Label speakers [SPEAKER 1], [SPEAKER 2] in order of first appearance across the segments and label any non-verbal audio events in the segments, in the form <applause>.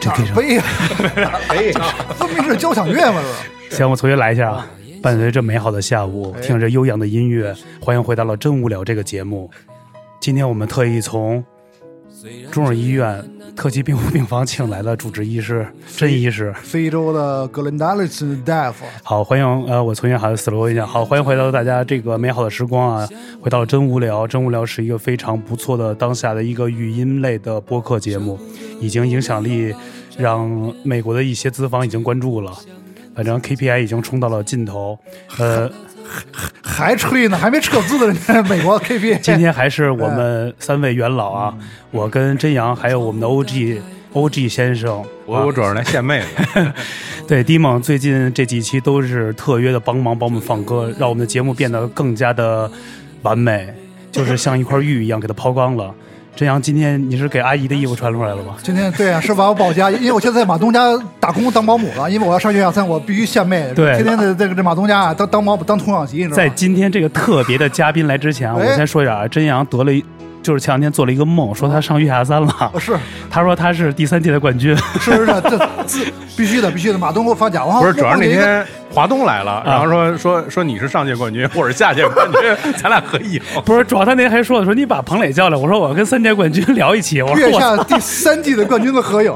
[SPEAKER 1] 这
[SPEAKER 2] 哪
[SPEAKER 1] 悲
[SPEAKER 2] 儿
[SPEAKER 1] 伤。
[SPEAKER 2] 悲呀？
[SPEAKER 3] 哎，
[SPEAKER 2] 分明是交响乐嘛！是
[SPEAKER 1] 行，我重新来一下啊！伴随着美好的下午，听着悠扬的音乐，欢迎回到了《真无聊》这个节目。今天我们特意从中耳医院特级病房病房请来了主治医师甄医师。
[SPEAKER 2] 非洲的格伦达利斯大夫，
[SPEAKER 1] 好，欢迎呃，我重新还是死了我一下。好，欢迎回到大家这个美好的时光啊！回到了真无聊，真无聊是一个非常不错的当下的一个语音类的播客节目，已经影响力让美国的一些资方已经关注了，反正 KPI 已经冲到了尽头。呃，
[SPEAKER 2] 还吹呢，还没撤资的人 <laughs> 家美国 KP，
[SPEAKER 1] 今天还是我们三位元老啊，我跟真阳还有我们的 OG OG 先生，
[SPEAKER 3] 我我主要是来献媚的，
[SPEAKER 1] 对迪蒙最近这几期都是特约的帮忙帮我们放歌，让我们的节目变得更加的完美，就是像一块玉一样给它抛光了。真阳，今天你是给阿姨的衣服穿出来了吗？
[SPEAKER 2] 今天对啊，是把我保家，因为我现在在马东家打工当保姆了，因为我要上月下三，我必须献媚，
[SPEAKER 1] 对
[SPEAKER 2] 天天在在这马东家啊当当保姆当童养媳，你知道
[SPEAKER 1] 在
[SPEAKER 2] 吗？
[SPEAKER 1] 今天这个特别的嘉宾来之前啊，
[SPEAKER 2] 哎
[SPEAKER 1] 我先说一下啊，真阳得了一，就是前两天做了一个梦，说他上月下三了
[SPEAKER 2] 哦，，是
[SPEAKER 1] 他说他是第三届的冠军。
[SPEAKER 2] 是是是，这自必须的必须的，马东给我发奖，
[SPEAKER 3] 不是主要是
[SPEAKER 2] 哦
[SPEAKER 3] 那
[SPEAKER 2] 我
[SPEAKER 3] 天华东来了，然后说说说你是上届冠军，我是下届冠军， <laughs> 咱俩合影。
[SPEAKER 1] 不是，主要他那天还说呢，说你把彭磊叫来，我说我跟三届冠军聊一起，我说
[SPEAKER 2] 月
[SPEAKER 1] 我
[SPEAKER 2] 下第三季的冠军的合影，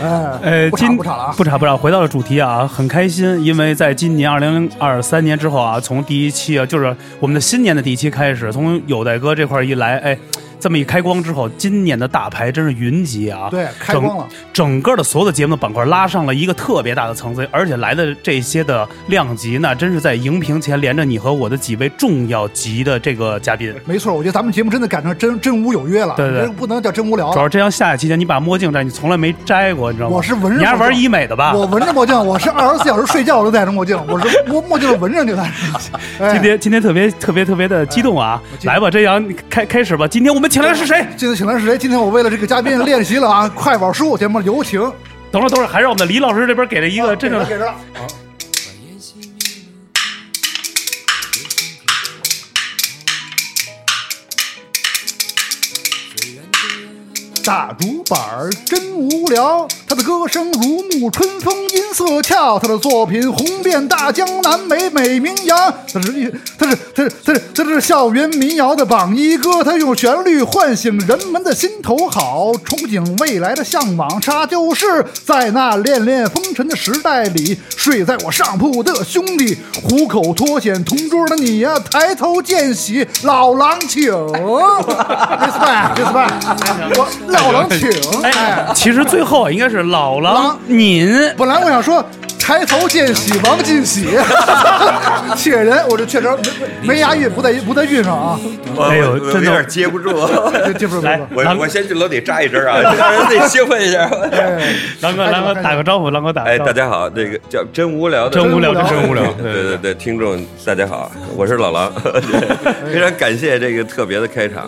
[SPEAKER 2] 哎
[SPEAKER 1] 呃，
[SPEAKER 2] 不
[SPEAKER 1] 今
[SPEAKER 2] 吵不吵了啊！
[SPEAKER 1] 不吵不吵，回到了主题啊，很开心，因为在今年二零二三年之后啊，从第一期啊，就是我们的新年的第一期开始，从有代哥这块一来，哎，这么一开光之后，今年的大牌真是云集啊，
[SPEAKER 2] 对开光了
[SPEAKER 1] 整，整个的所有的节目的板块拉上了一个特别大的层次，而且来的这些的量级，那真是在荧屏前连着你和我的几位重要级的这个嘉宾。
[SPEAKER 2] 没错，我觉得咱们节目真的改成真真无有约了，
[SPEAKER 1] 对对
[SPEAKER 2] 真不能叫真无聊
[SPEAKER 1] 主
[SPEAKER 2] 了。
[SPEAKER 1] 要是真阳下一期间，你把墨镜摘，你从来没摘过，你知道吗？
[SPEAKER 2] 我是文人
[SPEAKER 1] 你还
[SPEAKER 2] 墨
[SPEAKER 1] 玩
[SPEAKER 2] 镜
[SPEAKER 1] 医美的吧？
[SPEAKER 2] 我闻着墨镜，我是二十四小时睡觉我都戴着墨镜，我是墨墨镜闻着就戴着。哎
[SPEAKER 1] 今天今天特别特别特别的激动啊！
[SPEAKER 2] 记得
[SPEAKER 1] 来吧，真阳，你开开始吧。今天我们请来的是谁？
[SPEAKER 2] 这次请来是谁？今天我为了这个嘉宾练习了啊，快板书节目有请。
[SPEAKER 1] 等会儿等会儿，还是我们的李老师这边给了一个真正
[SPEAKER 2] 给
[SPEAKER 1] 的。
[SPEAKER 2] 这儿大竹板儿真无聊，他的歌声如沐春风，音色俏，他的作品红遍大江南北，美名扬。他是一，他是他是他是他是校园民谣的榜一歌，他用旋律唤醒人们的心头好，憧憬未来的向往。他就是在那恋恋风尘的时代里，睡在我上铺的兄弟，虎口脱险同桌的你呀、抬头见喜，老狼请。respect，respect，我老狼请。哎，
[SPEAKER 1] 哎，其实最后啊应该是老狼
[SPEAKER 2] 狼
[SPEAKER 1] 您，
[SPEAKER 2] 本来我想说。抬头见喜，王进喜，切人，我这确实没没押韵，不在不在韵上啊，
[SPEAKER 4] 我
[SPEAKER 1] 哎呦
[SPEAKER 4] 我我
[SPEAKER 1] 真
[SPEAKER 4] 有
[SPEAKER 1] 的
[SPEAKER 4] 点接不
[SPEAKER 1] <laughs>
[SPEAKER 4] 住，
[SPEAKER 2] 这这不是不
[SPEAKER 1] 来
[SPEAKER 2] 是，
[SPEAKER 4] 我
[SPEAKER 1] 狼
[SPEAKER 4] 我先去楼底扎一针啊， <laughs> 让人自己兴奋一下。
[SPEAKER 1] 狼哥，狼哥打个招呼，狼哥打
[SPEAKER 4] 哎，
[SPEAKER 1] 个招
[SPEAKER 4] 大
[SPEAKER 1] 呼。
[SPEAKER 4] 家好，这个叫真无聊的，
[SPEAKER 1] 真无聊，
[SPEAKER 2] 真无聊
[SPEAKER 1] 真无聊。
[SPEAKER 4] <laughs> 对对对，听众大家好，我是
[SPEAKER 1] <laughs>
[SPEAKER 4] 老狼，非常感谢这个特别的开场，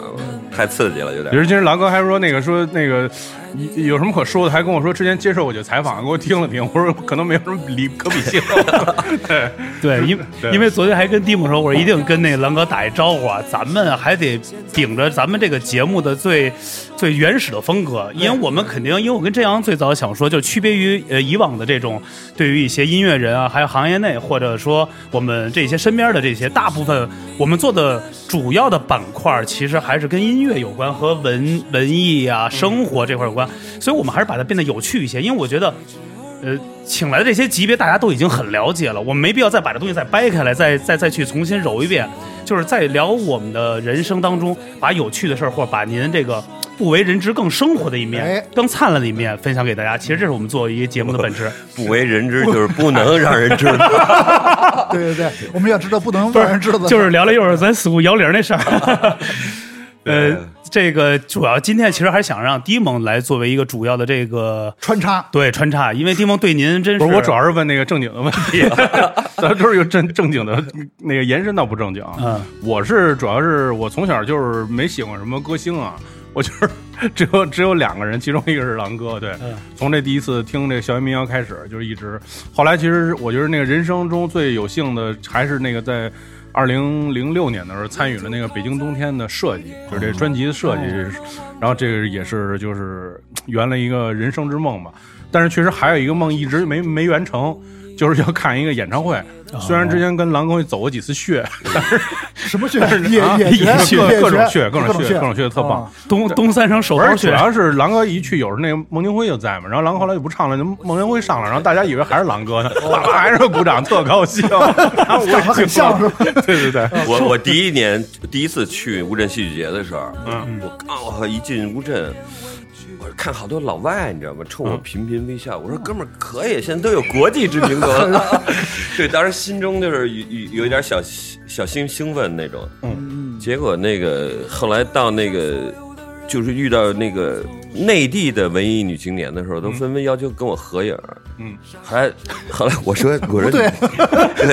[SPEAKER 4] 太刺激了，有
[SPEAKER 3] 比
[SPEAKER 4] 点。
[SPEAKER 3] 如今儿狼哥还说那个说那个你有什么可说的，还跟我说之前接受我就采访，给我听了听，我说可能没有什么比可比性。 <laughs> 对，
[SPEAKER 1] <laughs> 对，因
[SPEAKER 3] 对
[SPEAKER 1] 因为昨天还跟蒂姆说，我说一定跟那个狼哥打一招呼啊，咱们还得顶着咱们这个节目的最最原始的风格，因为我们肯定，因为我跟真阳最早想说，就是区别于呃以往的这种对于一些音乐人啊，还有行业内或者说我们这些身边的这些，大部分我们做的主要的板块儿其实还是跟音乐有关和文文艺啊、生活这块儿有关，所以我们还是把它变得有趣一些，因为我觉得。呃，请来的这些级别大家都已经很了解了，我们没必要再把这东西再掰开来，再再再去重新揉一遍，就是在聊我们的人生当中，把有趣的事儿或者把您这个不为人知更生活的一面、
[SPEAKER 2] 哎
[SPEAKER 1] 更灿烂的一面分享给大家。其实这是我们做一个节目的本
[SPEAKER 3] <laughs>
[SPEAKER 1] 质。
[SPEAKER 4] 不为人知就是不能让人知道。
[SPEAKER 2] 对对对，我们要知道不能让人知道的，
[SPEAKER 3] <laughs>
[SPEAKER 1] 就是聊了一会儿咱死谷摇铃那事儿。呃
[SPEAKER 4] 对，
[SPEAKER 1] 这个主要今天其实还是想让迪蒙来作为一个主要的这个
[SPEAKER 2] 穿插。
[SPEAKER 1] 对穿插，因为迪蒙对您真是
[SPEAKER 3] 不是，我主要是问那个正经的问题， <laughs> 咱都是有正正经的那个延伸到不正经。
[SPEAKER 1] 嗯，
[SPEAKER 3] 我是主要是我从小就是没喜欢什么歌星啊，我就是只有只有两个人，其中一个是狼哥，对，从这第一次听这个校园民谣开始，就是一直，后来其实我觉得那个人生中最有幸的还是那个在。二零零六年的时候，参与了那个北京冬天的设计，就是这专辑的设计，然后这个也是就是圆了一个人生之梦吧。但是确实还有一个梦一直没没完成，就是要看一个演唱会。虽然之前跟狼哥走过几次血，
[SPEAKER 2] 什么穴？
[SPEAKER 3] 但是
[SPEAKER 2] 野
[SPEAKER 3] 啊
[SPEAKER 2] 野穴，
[SPEAKER 3] 各各
[SPEAKER 2] 穴，
[SPEAKER 3] 种血，各种
[SPEAKER 2] 穴，
[SPEAKER 3] 血，各种血，特棒
[SPEAKER 2] 啊。。
[SPEAKER 1] 东东三省首
[SPEAKER 3] 而
[SPEAKER 1] 都
[SPEAKER 3] 且主
[SPEAKER 1] 学，
[SPEAKER 3] 要是狼哥一去，有时候那个孟京辉就在嘛，然后狼哥后来就不唱了，那孟京辉上了，然后大家以为还是狼哥呢， <laughs> 还是鼓掌，特高兴。 <laughs> 然后我也
[SPEAKER 2] 哦长得很像是吧？
[SPEAKER 3] <laughs> 对对对，
[SPEAKER 4] <laughs> 我我第一年第一次去乌镇戏剧节的时候，嗯，我刚我一进乌镇。我看好多老外，你知道吗？冲我
[SPEAKER 2] 嗯
[SPEAKER 4] 频频微笑。我说：“哥们儿，可以，现在都有国际知名度
[SPEAKER 2] <laughs>
[SPEAKER 4] 了。”对，当时心中就是有有有一点小小兴兴奋那种。嗯，结果那个后来到那个就是遇到那个内地的文艺女青年的时
[SPEAKER 2] 嗯
[SPEAKER 4] 候，都纷纷要求跟我合影。
[SPEAKER 3] 嗯，
[SPEAKER 4] 还后来我说：“我说
[SPEAKER 2] 对，
[SPEAKER 4] 对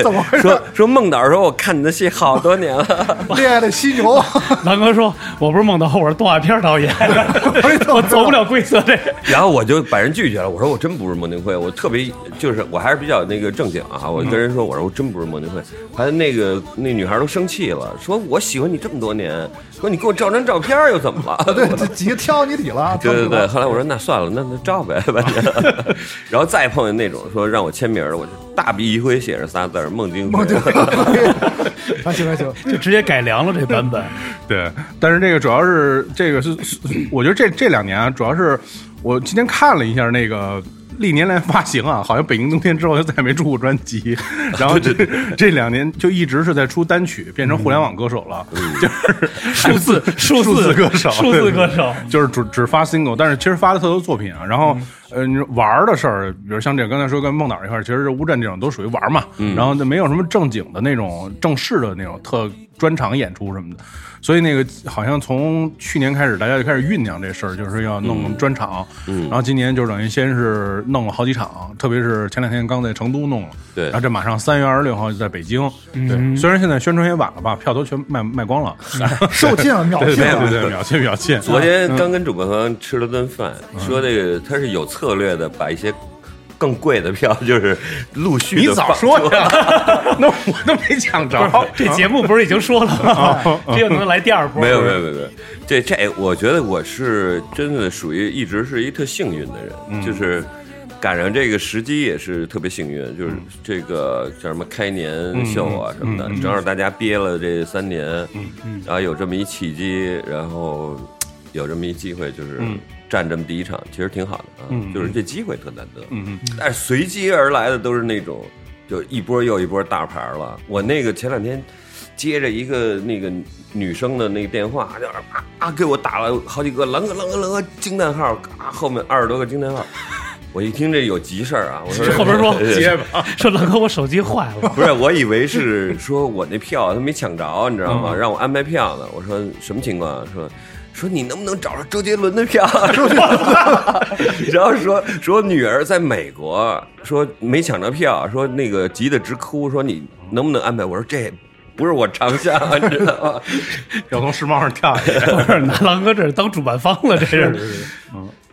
[SPEAKER 2] <laughs> 怎么回事
[SPEAKER 4] 说说孟导说，我看你的戏好多年了。
[SPEAKER 2] 恋爱的犀牛，啊
[SPEAKER 1] <laughs> 狼哥说：“我不是梦到我是动画片导演， <laughs> 我走不了规则这。个。
[SPEAKER 4] <laughs> 然后我就把人拒绝了，我说我真不是孟京辉，我特别就是我还是比较那个正经啊，我跟人说我说我真不是孟京辉。后来那个那女孩都生气了，说我喜欢你这么多年，说你给我照张照片又怎么了？
[SPEAKER 2] 对，这几个挑你底了，
[SPEAKER 4] <laughs>
[SPEAKER 2] 啊
[SPEAKER 4] 对
[SPEAKER 2] 挑
[SPEAKER 4] 对
[SPEAKER 2] 你
[SPEAKER 4] 对，
[SPEAKER 2] 了
[SPEAKER 4] 后来我说那算了，那那照呗， <laughs> 反正。然后再碰见那种说让我签名的，我就大笔一挥写着仨字儿孟京辉。
[SPEAKER 2] 还啊行还行，
[SPEAKER 1] 就直接改良了这版本。
[SPEAKER 3] 对，但是这个主要是这个是，是 <clears throat> 我觉得这这两年啊，主要是我今天看了一下那个历年来发行啊，好像北京冬天之后就再也没出过专
[SPEAKER 1] <laughs>
[SPEAKER 3] 辑，然后这这两年就一直是在出单曲，变成互联网歌手了，就是
[SPEAKER 1] 嗯数
[SPEAKER 3] <laughs>
[SPEAKER 1] 字数字
[SPEAKER 3] 字歌手，
[SPEAKER 1] 数字
[SPEAKER 3] 对
[SPEAKER 1] 歌手
[SPEAKER 3] 就是只只发 single，但是其实发了特多作品啊。然后，呃，你说玩儿的事儿，比如像这个刚才说跟孟导一块儿，其实是乌镇这种都属于玩儿嘛。
[SPEAKER 4] 嗯
[SPEAKER 3] 然后就没有什么正经的那种正式的那种特专场演出什么的。所以那个好像从去年开始，大家就开始酝酿这事儿，就是要弄
[SPEAKER 4] 嗯
[SPEAKER 3] 专场。然后今年就等于先是弄了好几场，特别是前两天刚在成都弄了，
[SPEAKER 4] 对
[SPEAKER 3] 然后这马上三月二十六号就在北京，对。虽然现在宣传也晚了吧，票都全卖卖光了，
[SPEAKER 2] 受尽
[SPEAKER 3] <laughs>
[SPEAKER 2] 了秒
[SPEAKER 3] 对
[SPEAKER 2] 尽
[SPEAKER 3] 对
[SPEAKER 2] 了
[SPEAKER 3] 对。对，秒进秒进。
[SPEAKER 4] <laughs> 昨天刚跟主办方吃了顿饭，说这个他是有策略的，把一些更贵的票就是陆续
[SPEAKER 3] <laughs> 你
[SPEAKER 4] 的
[SPEAKER 3] 早说
[SPEAKER 1] <laughs>
[SPEAKER 3] 呀！那我都没抢着。
[SPEAKER 1] 这节目不是已经说 <laughs> 了吗？这又能来第二波？
[SPEAKER 4] 没有没有没有没有，这这我觉得我是真的属于一直是一特幸运的人，
[SPEAKER 3] 嗯
[SPEAKER 4] 就是赶上这个时机也是特别幸运，就是
[SPEAKER 3] 嗯
[SPEAKER 4] 这个叫什么开年秀啊什么的，正好大家憋了这三年，
[SPEAKER 3] 嗯
[SPEAKER 4] 然后有这么一契机，然后嘖有这么一机会，就是
[SPEAKER 3] 嗯
[SPEAKER 4] 站这么第一场，其实挺好的啊，就是这机会特难得，
[SPEAKER 3] 嗯
[SPEAKER 4] 但是随机而来的都是那种，就一波又一波大牌了。我那个前两天接着一个那个女生的那个电话，就是啊啊给我打了好几个啷个啷个啷个惊叹号，啊后面二十多个惊叹号。 <laughs> 我一听这有急事儿啊，我说
[SPEAKER 1] <laughs> 后边
[SPEAKER 4] <laughs>
[SPEAKER 1] 说
[SPEAKER 3] <laughs> 接吧，
[SPEAKER 1] 说狼哥，我手机坏 <laughs> 了。
[SPEAKER 4] 不是，我以为是说我那票他没抢着，你知道吗？
[SPEAKER 1] 嗯
[SPEAKER 4] 让我安排票呢。我说什么情况啊？说说你能不能找着周杰伦
[SPEAKER 1] <laughs>
[SPEAKER 4] 的票？然后说 <laughs> 说女儿在美国，说没抢着票，说那个急得直哭，说你能不能安排？我说这。不是我长项，你知道吗？
[SPEAKER 3] 要从世贸上跳下
[SPEAKER 1] <laughs>
[SPEAKER 3] 去。
[SPEAKER 1] 不是拿狼哥这是当主办方了，这是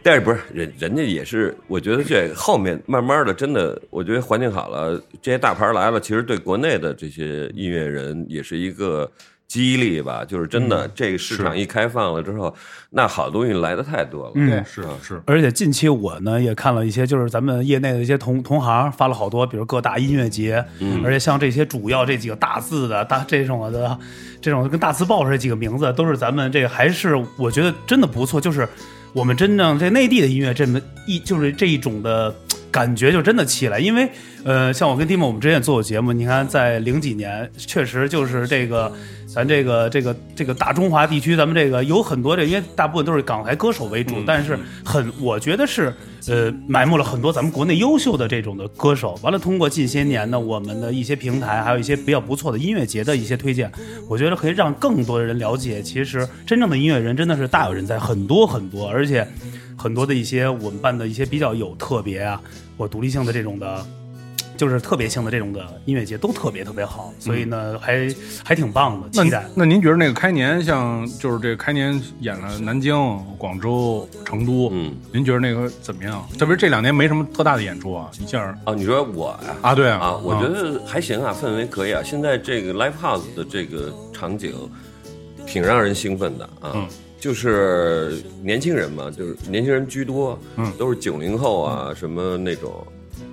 [SPEAKER 4] 但是不是人人家也是，我觉得这后面慢慢的，真的，我觉得环境好了，这些大牌来了，其实对国内的这些音乐人也是一个激励吧。就是真的，这个市场一开放了之后，那好东西来的太多了。
[SPEAKER 1] 嗯
[SPEAKER 3] 是是，
[SPEAKER 1] 而且近期我呢也看了一些，就是咱们业内的一些同同行发了好多，比如各大音乐节，而且像这些主要这几个大字的大这种的，这种跟大字报似的这几个名字，都是咱们这个还是我觉得真的不错，就是我们真正这内地的音乐这么一就是这一种的。感觉就真的起来，因为呃，像我跟蒂莫，我们之前也做过节目，你看在零几年，确实就是这个咱这个这个这个大中华地区，咱们这个有很多这，因为大部分都是港台歌手为主，但是很我觉得是呃埋没了很多咱们国内优秀的这种的歌手。完了，通过近些年呢，我们的一些平台，还有一些比较不错的音乐节的一些推荐，我觉得可以让更多的人了解，其实真正的音乐人真的是大有人在，很多很多，而且很多的一些我们办的一些比较有特别啊或独立性的这种的。就是特别性的这种的音乐节都特别特别好，所以呢，还还挺棒的，
[SPEAKER 3] 那
[SPEAKER 1] 期待。
[SPEAKER 3] 那您觉得那个开年像就是这个开年演了南京、广州、成都，
[SPEAKER 4] 嗯，
[SPEAKER 3] 您觉得那个怎么样？特别这两年没什么特大的演出啊，一下儿
[SPEAKER 4] 啊，你说我呀？
[SPEAKER 3] 啊，对
[SPEAKER 4] 啊，我觉得还行啊，氛围可以啊。现在这个 live house 的这个场景，挺让人兴奋的啊。
[SPEAKER 3] 嗯
[SPEAKER 4] 就是年轻人嘛，就是年轻人居多，
[SPEAKER 3] 嗯
[SPEAKER 4] 都是九零后啊，什么那种，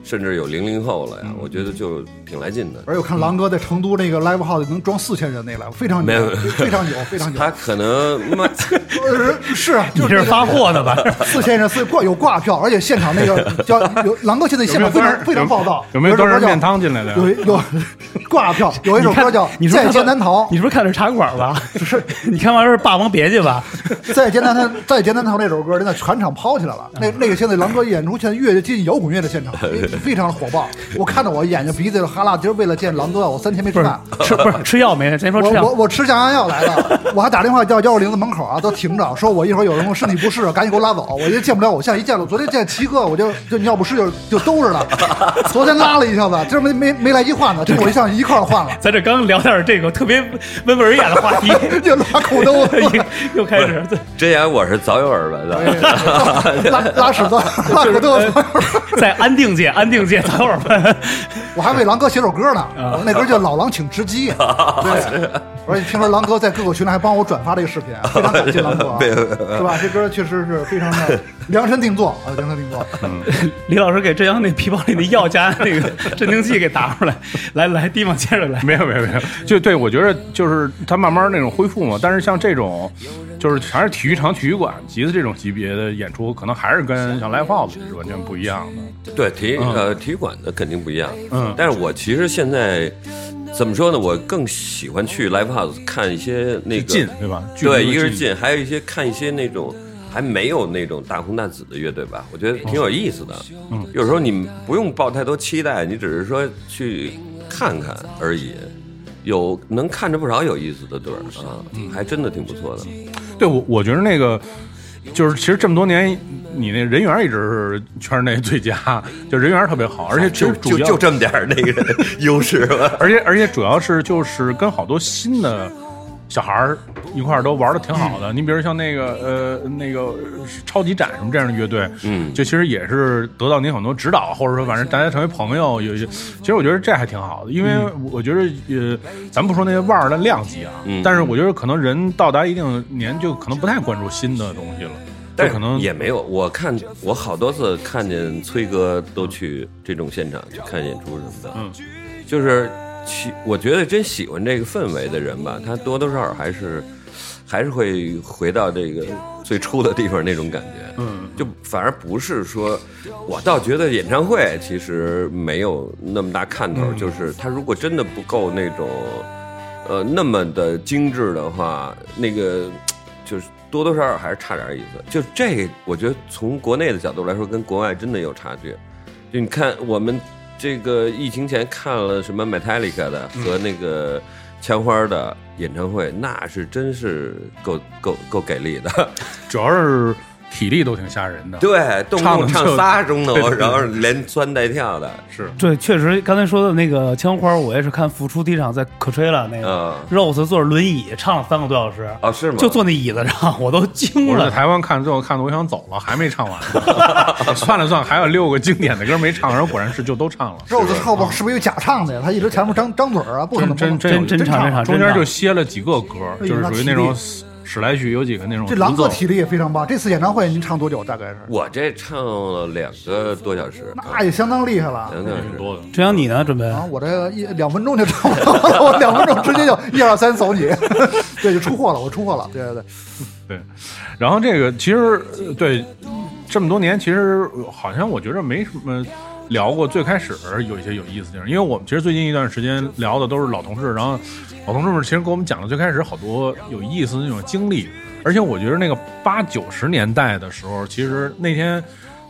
[SPEAKER 4] 甚至有零零后了呀。我觉得就挺来劲的。
[SPEAKER 2] 而且我看狼哥在成都那个 live house 能装四千人那 live，非常
[SPEAKER 4] 没
[SPEAKER 2] 牛
[SPEAKER 4] 有，
[SPEAKER 2] 非常牛，非常牛
[SPEAKER 4] 他。可能妈， <laughs>
[SPEAKER 2] 呃是，就
[SPEAKER 1] 你这是发货 <laughs> 呢吧？
[SPEAKER 2] 四千人，四挂有挂票，而且现场那个
[SPEAKER 3] <laughs>
[SPEAKER 2] 叫有狼哥现在现场非常非常暴躁，
[SPEAKER 3] 有没有
[SPEAKER 2] 一首
[SPEAKER 3] 端
[SPEAKER 2] 歌
[SPEAKER 3] 着
[SPEAKER 2] 叫
[SPEAKER 3] 面汤进来的呀？
[SPEAKER 2] 有一有 <laughs> 挂票，有一首歌叫
[SPEAKER 1] 你
[SPEAKER 2] 《
[SPEAKER 1] 是不
[SPEAKER 2] 再
[SPEAKER 1] 是
[SPEAKER 2] 见
[SPEAKER 1] 看
[SPEAKER 2] 难逃
[SPEAKER 1] 你》，是不是看的是茶馆吧？ <laughs> 是，你看完是《霸王别姬》 <laughs> 吧？
[SPEAKER 2] 《 <laughs> 再见难逃》《再见难逃》那首歌真的全场抛起来了。
[SPEAKER 1] 嗯
[SPEAKER 2] 那那个现在狼哥演出现在越接近摇滚乐
[SPEAKER 1] <laughs>
[SPEAKER 2] 的现场，非常火爆。我看着我眼睛鼻子哈喇，今儿为了见狼哥，啊我三天没
[SPEAKER 1] 不
[SPEAKER 2] 吃
[SPEAKER 1] 是
[SPEAKER 2] 饭。，
[SPEAKER 1] 吃不是吃药没？谁说
[SPEAKER 2] 我
[SPEAKER 1] 吃
[SPEAKER 2] 我
[SPEAKER 1] 药？
[SPEAKER 2] 我吃降压药来
[SPEAKER 1] <laughs>
[SPEAKER 2] 了，我还打电话叫幺二零的门口啊，都停着，说我一会儿有什么身体不适，赶紧给我拉走。我就见不了偶像，一见了昨天见齐哥，我就就尿不湿就就兜着了。昨天拉了一下子，今儿没没没来及换呢，这我一上一块儿换了， <laughs>
[SPEAKER 1] 咱这刚聊点这个特别温文尔雅的话题， <laughs>
[SPEAKER 2] 就拉裤兜子，
[SPEAKER 1] 又又开始。
[SPEAKER 4] 之前我是早有耳闻
[SPEAKER 1] 哎
[SPEAKER 4] 的。
[SPEAKER 2] 拉拉屎钻，拉裤兜
[SPEAKER 1] <laughs>
[SPEAKER 2] 子。
[SPEAKER 1] 在安定界，安定界，等会儿吧。 <laughs>
[SPEAKER 2] 我还为狼哥写首歌呢，
[SPEAKER 3] 啊
[SPEAKER 2] 那歌叫《老狼请吃鸡》。啊
[SPEAKER 3] <laughs>
[SPEAKER 2] 对，而且听说狼哥在各个群里还帮我转发这个视频，
[SPEAKER 3] <laughs>
[SPEAKER 2] 非常感谢狼哥啊，是吧？这歌确实是非常的量身定做啊，量身定
[SPEAKER 3] <laughs>
[SPEAKER 2] 做。
[SPEAKER 1] 李老师给浙江那皮包里的药加那 <laughs> 个镇定剂给打出来。来来，地方接着来。
[SPEAKER 3] 没有没有没有，就对我觉得就是它慢慢那种恢复嘛。但是像这种，就是还是体育场、体育馆级的这种级别的演出，可能还是跟像 live house 是完全不一样的。
[SPEAKER 4] 对体育呃体育馆的肯定不一样，
[SPEAKER 3] 嗯
[SPEAKER 4] 但是我其实现在怎么说呢？我更喜欢去 live house 看一些那个
[SPEAKER 3] 近对吧距离
[SPEAKER 4] 对，
[SPEAKER 3] 又
[SPEAKER 4] 一个是
[SPEAKER 3] 近
[SPEAKER 4] 近，还有一些看一些那种还没有那种大红大紫的乐队吧，我觉得挺有意思的。嗯，有时候你不用抱太多期待，你只是说去看看而已。有能看着不少有意思的队儿啊，
[SPEAKER 3] 嗯
[SPEAKER 4] 还真的挺不错的。
[SPEAKER 3] 对我，我觉得那个就是其实这么多年，你那人缘一直是圈内最佳，就人缘特别好，而且
[SPEAKER 4] 就
[SPEAKER 3] 主
[SPEAKER 4] 就
[SPEAKER 3] 主要
[SPEAKER 4] 就这么点儿那个 <laughs> 优势吧。
[SPEAKER 3] 而且而且主要是就是跟好多新的小孩儿一块儿都玩的挺好
[SPEAKER 4] 嗯
[SPEAKER 3] 的。你比如像那个呃那个超级展什么这样的乐队，
[SPEAKER 4] 嗯
[SPEAKER 3] 就其实也是得到您很多指导，或者说反正大家成为朋友，有些其实我觉得这还挺好的，因为我觉得呃，咱不说那些腕儿的量级啊，
[SPEAKER 4] 嗯
[SPEAKER 3] 但是我觉得可能人到达一定年就可能不太关注新的东西了，
[SPEAKER 4] 但
[SPEAKER 3] 就可能
[SPEAKER 4] 也没有。我看我好多次看见崔哥都去这种现场去看演出什么的，
[SPEAKER 3] 嗯，
[SPEAKER 4] 就是其我觉得真喜欢这个氛围的人吧，他多多少少还是还是会回到这个最初的地方那种感觉，嗯，就反而不是说，我倒觉得演唱会其实没有那么大看
[SPEAKER 3] 嗯
[SPEAKER 4] 头，就是他如果真的不够那种。呃那么的精致的话，那个就是多多少少还是差点意思。就这，我觉得从国内的角度来说，跟国外真的有差距。就你看，我们这个疫情前看了什么 Metallica 的
[SPEAKER 3] 嗯
[SPEAKER 4] 和那个枪花的演唱会，那是真是够够够给力的。 <laughs>
[SPEAKER 3] 主要是体力都挺吓人的，
[SPEAKER 4] 对，动不
[SPEAKER 3] 唱得
[SPEAKER 4] 动唱
[SPEAKER 3] 就
[SPEAKER 4] 仨钟头，
[SPEAKER 3] 对对对
[SPEAKER 4] 然后连窜带跳的，
[SPEAKER 3] 是。
[SPEAKER 1] 对，确实刚才说的那个枪花，我也是看复出第一场在可吹了那个、
[SPEAKER 4] 啊
[SPEAKER 1] Rose 坐着轮椅唱了三个多小时，
[SPEAKER 4] 哦，是吗？
[SPEAKER 1] 就坐那椅子上，我都惊
[SPEAKER 2] 嗯
[SPEAKER 3] 我在
[SPEAKER 1] 了。
[SPEAKER 3] 台湾看，最后看的我想走了，还没
[SPEAKER 2] <laughs>
[SPEAKER 3] 唱完。算了算，还有六个经典的歌没唱，然后果然是就都唱了。
[SPEAKER 2] 肉子后边是不是有假唱的呀？他一直前面张张嘴儿啊，不可能
[SPEAKER 3] 真
[SPEAKER 2] 不可能
[SPEAKER 3] 真
[SPEAKER 1] 真
[SPEAKER 3] 有
[SPEAKER 1] 真
[SPEAKER 3] 真
[SPEAKER 1] 唱真唱
[SPEAKER 3] 中间就歇了几个歌，
[SPEAKER 2] 哎呦
[SPEAKER 3] 就是
[SPEAKER 2] 那
[SPEAKER 3] 属
[SPEAKER 2] 体
[SPEAKER 3] 于那种
[SPEAKER 2] 力
[SPEAKER 3] 史史来曲有几个那种
[SPEAKER 2] 这狼
[SPEAKER 3] 独
[SPEAKER 2] 哥
[SPEAKER 3] 奏
[SPEAKER 2] 体力也非常棒。这次演唱会您唱多久？大概是？
[SPEAKER 3] 嗯
[SPEAKER 4] 我这唱了两个多小时，
[SPEAKER 2] 那也相当厉害了
[SPEAKER 4] 两个
[SPEAKER 3] 也
[SPEAKER 4] 多小
[SPEAKER 3] 挺
[SPEAKER 4] 时。
[SPEAKER 3] 多的。
[SPEAKER 1] 这阳你呢？准备？
[SPEAKER 2] 啊！我这一两分钟就唱完了， <laughs> 我两分钟直接就一二三走你， <laughs> 对，就出货了，我出货了，对对对。
[SPEAKER 3] 对，然后这个其实呃对这么多年，其实呃好像我觉着没什么聊过，最开始有一些有意思的地方，因为我们其实最近一段时间聊的都是老同事，然后老同事们其实给我们讲了最开始好多有意思的那种经历，而且我觉得那个八九十年代的时候，其实那天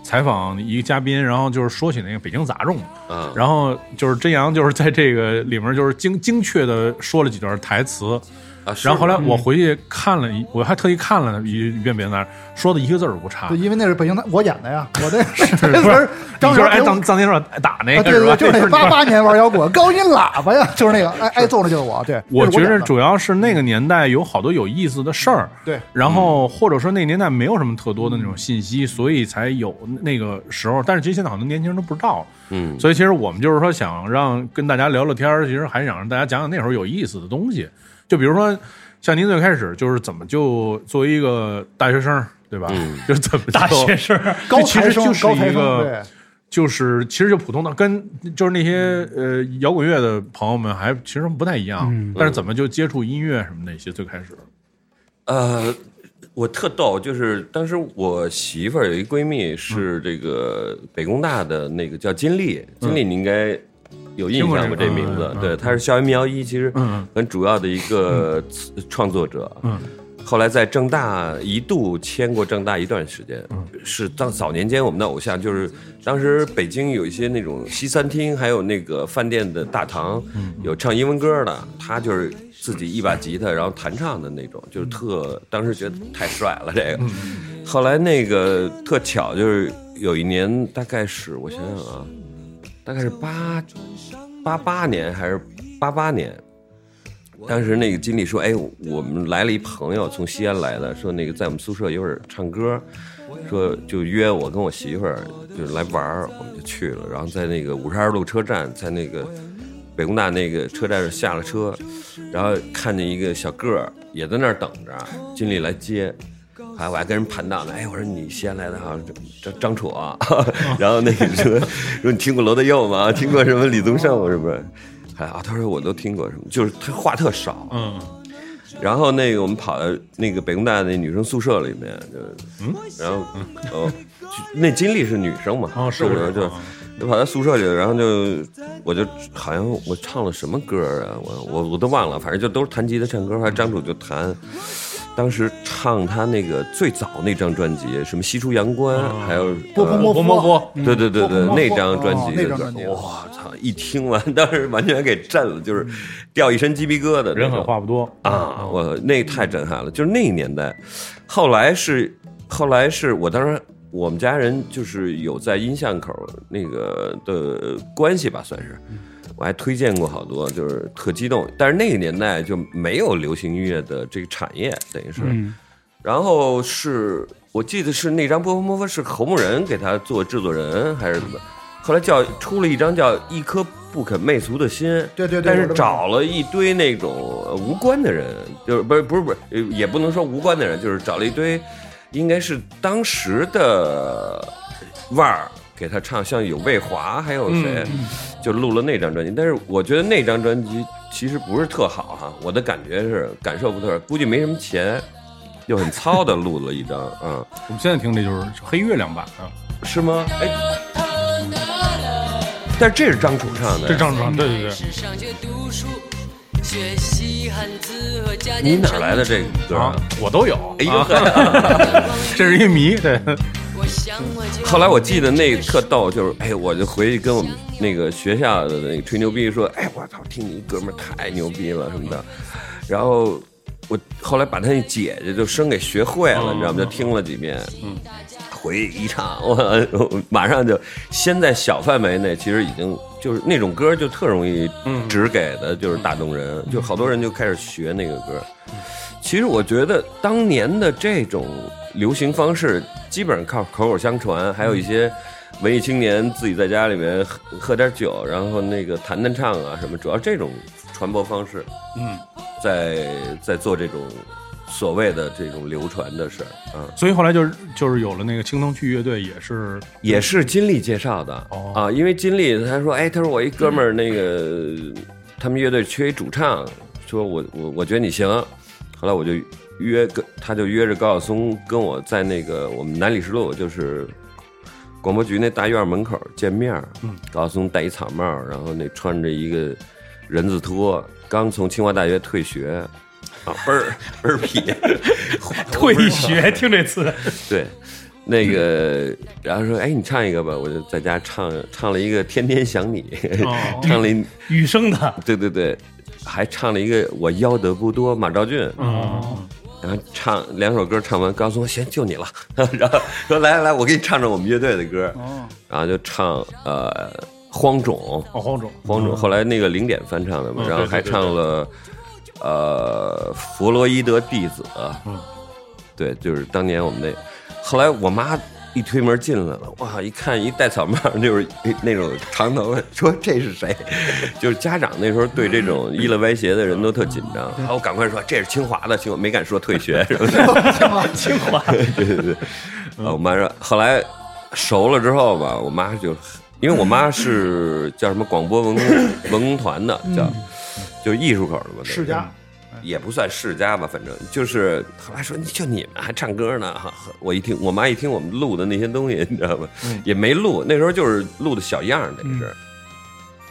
[SPEAKER 3] 采访一个嘉宾，然后就是说起那个北京杂种，
[SPEAKER 4] 嗯
[SPEAKER 3] 然后就是真阳就是在这个里面就是精精确的说了几段台词，
[SPEAKER 4] 啊，是
[SPEAKER 3] 然后后来我回去看了
[SPEAKER 2] 嗯
[SPEAKER 3] 一，我还特意看了一一遍别的，说的一个字儿不差
[SPEAKER 2] 对，。因为那是北京的，我演的呀，我这是
[SPEAKER 3] <laughs> 是
[SPEAKER 2] 这
[SPEAKER 3] 不
[SPEAKER 2] 词 <laughs>
[SPEAKER 3] 是
[SPEAKER 2] 儿，
[SPEAKER 3] 你
[SPEAKER 2] 张
[SPEAKER 3] 就是
[SPEAKER 2] 元
[SPEAKER 3] 挨
[SPEAKER 2] 给我
[SPEAKER 3] 当当天晚打那
[SPEAKER 2] 啊，
[SPEAKER 3] 个
[SPEAKER 2] 对
[SPEAKER 3] 是
[SPEAKER 2] 对
[SPEAKER 3] 吧？
[SPEAKER 2] 对，就是
[SPEAKER 3] <laughs> 是
[SPEAKER 2] 那
[SPEAKER 3] 你
[SPEAKER 2] 八八年玩摇滚，高音喇叭呀，就是那个哎挨挨揍的就是我，对，
[SPEAKER 3] 我
[SPEAKER 2] 这是
[SPEAKER 3] 觉
[SPEAKER 2] 演
[SPEAKER 3] 着
[SPEAKER 2] 的
[SPEAKER 3] 主要是那个年代有好多有意思的事儿，
[SPEAKER 2] 对
[SPEAKER 3] 然
[SPEAKER 2] 嗯
[SPEAKER 3] 后或者说那个年代没有什么特多的那种信息，所以才有那个时候。但是其实现在好多年轻人都不知道，
[SPEAKER 4] 嗯，
[SPEAKER 3] 所以其实我们就是说想让跟大家聊聊天儿，其实还想让大家讲讲那会儿有意思的东西，就比如说像您最开始就是怎么就作为一个大学生，对吧？
[SPEAKER 4] 嗯
[SPEAKER 3] <laughs> 就是怎么就
[SPEAKER 1] 大学生
[SPEAKER 2] 高
[SPEAKER 3] 这其
[SPEAKER 2] 材
[SPEAKER 3] 实
[SPEAKER 2] 生
[SPEAKER 3] 就，是
[SPEAKER 2] 高
[SPEAKER 3] 一
[SPEAKER 2] 材生，
[SPEAKER 3] 个
[SPEAKER 2] 对。
[SPEAKER 3] 就是其实就普通的，跟就是那些呃摇滚乐的朋友们还其实不太一样，但是怎么就接触音乐什么那些最开始，
[SPEAKER 4] 呃，我特逗，就是当时我媳妇儿有一闺蜜是这个北工大的那个叫金丽，金丽你应该有印象吧？
[SPEAKER 3] 听过这
[SPEAKER 4] 这
[SPEAKER 3] 个
[SPEAKER 4] 名字
[SPEAKER 3] 嗯嗯，
[SPEAKER 4] 对，她是校园民谣一其实
[SPEAKER 3] 嗯
[SPEAKER 4] 很主要的一个词创作者，
[SPEAKER 3] 嗯
[SPEAKER 4] 后来在正大一度签过正大一段时间，是当早年间我们的偶像，就是当时北京有一些那种西餐厅，还有那个饭店的大堂，有唱英文歌的，他就是自己一把吉他，然后弹唱的那种，就是特当时觉得太帅了这个。后来那个特巧，就是有一年大概是我想想啊，大概是八八八年还是八八年，当时那个经理说：“哎，我们来了一朋友，从西安来的，说那个在我们宿舍一会儿唱歌，说就约我跟我媳妇儿就来玩儿，我们就去了。然后在那个五十二路车站，在那个北工大那个车站上下了车，然后看见一个小个儿也在那儿等着，经理来接。”还我还跟人盘道呢，哎，我说你西安来的哈，张张楚啊， <laughs> 然后那个说说你听过罗大佑吗？听过什么李宗盛是不是？还啊，他说我都听过什么，就是他话特少，
[SPEAKER 3] 嗯，
[SPEAKER 4] 然后那个我们跑到那个北工大那女生宿舍里面，就嗯，然后哦，就那金丽是女生嘛，
[SPEAKER 3] 哦是
[SPEAKER 4] 就
[SPEAKER 3] 我知道
[SPEAKER 4] 就就跑到宿舍里，然后就我就好像我唱了什么歌啊，我我我都忘了，反正就都是弹吉他唱歌，还张楚就弹。当时唱他那个最早那张专辑，什么《西出阳关》，
[SPEAKER 3] 啊
[SPEAKER 4] 还有
[SPEAKER 2] 波
[SPEAKER 4] 呃
[SPEAKER 2] 波波
[SPEAKER 3] 波波
[SPEAKER 4] 对对对对，
[SPEAKER 2] 嗯
[SPEAKER 4] 那张专
[SPEAKER 2] 哦
[SPEAKER 4] 辑
[SPEAKER 2] 那
[SPEAKER 4] 的
[SPEAKER 2] 张
[SPEAKER 4] 歌
[SPEAKER 2] 专辑，
[SPEAKER 4] 哇操！一听完，当时完全给震了，就是
[SPEAKER 2] 嗯
[SPEAKER 4] 掉一身鸡皮疙瘩那种。
[SPEAKER 3] 人狠话不多，
[SPEAKER 4] 啊，我那太震撼了，就是那个年代。后来是，后来是我当时我们家人就是有在音像口那个的关系吧，算是。我还推荐过好多，就是特激动。但是那个年代就没有流行音乐的这个产业，等于是。
[SPEAKER 2] 嗯
[SPEAKER 4] 然后是我记得是那张《波波波波》是侯牧人给他做制作人还是什么，后来叫出了一张叫《一颗不肯媚俗的心》，
[SPEAKER 2] 对对对
[SPEAKER 4] 但
[SPEAKER 2] 我知
[SPEAKER 4] 是
[SPEAKER 2] 道
[SPEAKER 4] 找了一堆那种呃无关的人，就是不是不是不是，呃也不能说无关的人，就是找了一堆，应该是当时的腕儿给他唱，像有魏华，还有
[SPEAKER 2] 嗯
[SPEAKER 4] 谁，就录了那张专辑。但是我觉得那张专辑其实不是特好哈，我的感觉是感受不特，估计没什么钱，又很糙的录了一张，嗯，
[SPEAKER 3] 我们现在听这就是黑月亮版啊的，
[SPEAKER 4] 是吗？哎，但是这是张楚唱的，
[SPEAKER 3] 这张专对对对，
[SPEAKER 5] 是上学读书，学习汉字和加
[SPEAKER 4] 你
[SPEAKER 5] 减
[SPEAKER 4] 哪儿来的 <laughs> 这个歌
[SPEAKER 3] 啊
[SPEAKER 4] 啊？，
[SPEAKER 3] 我都有，
[SPEAKER 4] 哎呦
[SPEAKER 3] 啊，
[SPEAKER 4] 呵。
[SPEAKER 3] 这是一迷，对，
[SPEAKER 5] 我想我就
[SPEAKER 4] 后来我记得那特逗，就是哎，我就回去跟我们那个学校的那个吹牛逼说，哎，我操，听你哥们儿太牛逼了什么的。然后我后来把他那姐姐就生给学会了，你知道吗？就听了几遍，嗯，回去一唱，我我马上就先在小范围内，其实已经就是那种歌就特容易只给的，就是打动人，就好多人就开始学那个歌。其实我觉得当年的这种流行方式，基本上靠口口相传，还有一些文艺青年自己在家里面喝喝点酒，然后那个弹弹唱啊什么，主要这种传播方式，
[SPEAKER 3] 嗯，
[SPEAKER 4] 在在做这种所谓的这种流传的事儿啊，
[SPEAKER 3] 所以后来就是就是有了那个青铜器乐队，也是
[SPEAKER 4] 也是金立介绍的、
[SPEAKER 3] 哦
[SPEAKER 4] 啊，因为金立他说，哎，他说我一哥们儿那个、他们乐队缺一主唱，说我我我觉得你行，后来我就约跟他就约着高晓松跟我在那个我们南礼士路，就是广播局那大院门口见面儿，高晓松戴一草帽，然后哎那穿着一个人字拖，刚从清华大学退学，啊，倍儿倍儿痞，
[SPEAKER 1] <laughs> <laughs> 退学，听这词，
[SPEAKER 4] 对，那个，然后说，哎，你唱一个吧，我就在家唱唱了一个《天天想你》
[SPEAKER 3] 哦
[SPEAKER 4] <laughs> 唱了一，
[SPEAKER 1] 雨生的，
[SPEAKER 4] 对对对，还唱了一个我要的不多，马兆俊，
[SPEAKER 1] 哦，
[SPEAKER 4] 然后唱两首歌，唱完，高松说行，就你了， <laughs> 然后说来来来，我给你唱唱我们乐队的歌，然后就唱呃《荒冢》，
[SPEAKER 3] 哦，黄总，
[SPEAKER 4] 黄种，后来那个零点翻唱的嘛，
[SPEAKER 3] 嗯
[SPEAKER 4] 然后还唱了，呃，弗洛伊德弟子，对，就是当年我们那，后来我妈一推门进来了，哇，一看一戴草帽，就是那种长头发，说这是谁？就是家长那时候对
[SPEAKER 1] <laughs>
[SPEAKER 4] 这种依了歪斜的人都特紧张，
[SPEAKER 1] 嗯
[SPEAKER 4] 然后赶快说这是清华的，清华没敢说退学 <laughs> 什么的，
[SPEAKER 1] <laughs> 清华，
[SPEAKER 4] <laughs> 对对对，啊，我妈说，后来熟了之后吧，我妈就，因为我妈是叫什么广播文工文工团的，叫
[SPEAKER 1] 嗯
[SPEAKER 4] 就是艺术口的嘛，对
[SPEAKER 2] 世家，
[SPEAKER 4] 也不算世家吧，反正就是后来说，你就你们还唱歌呢，哈哈我一听，我妈一听我们录的那些东西，你知道吗？也没录，那时候就是录的小样儿，那是。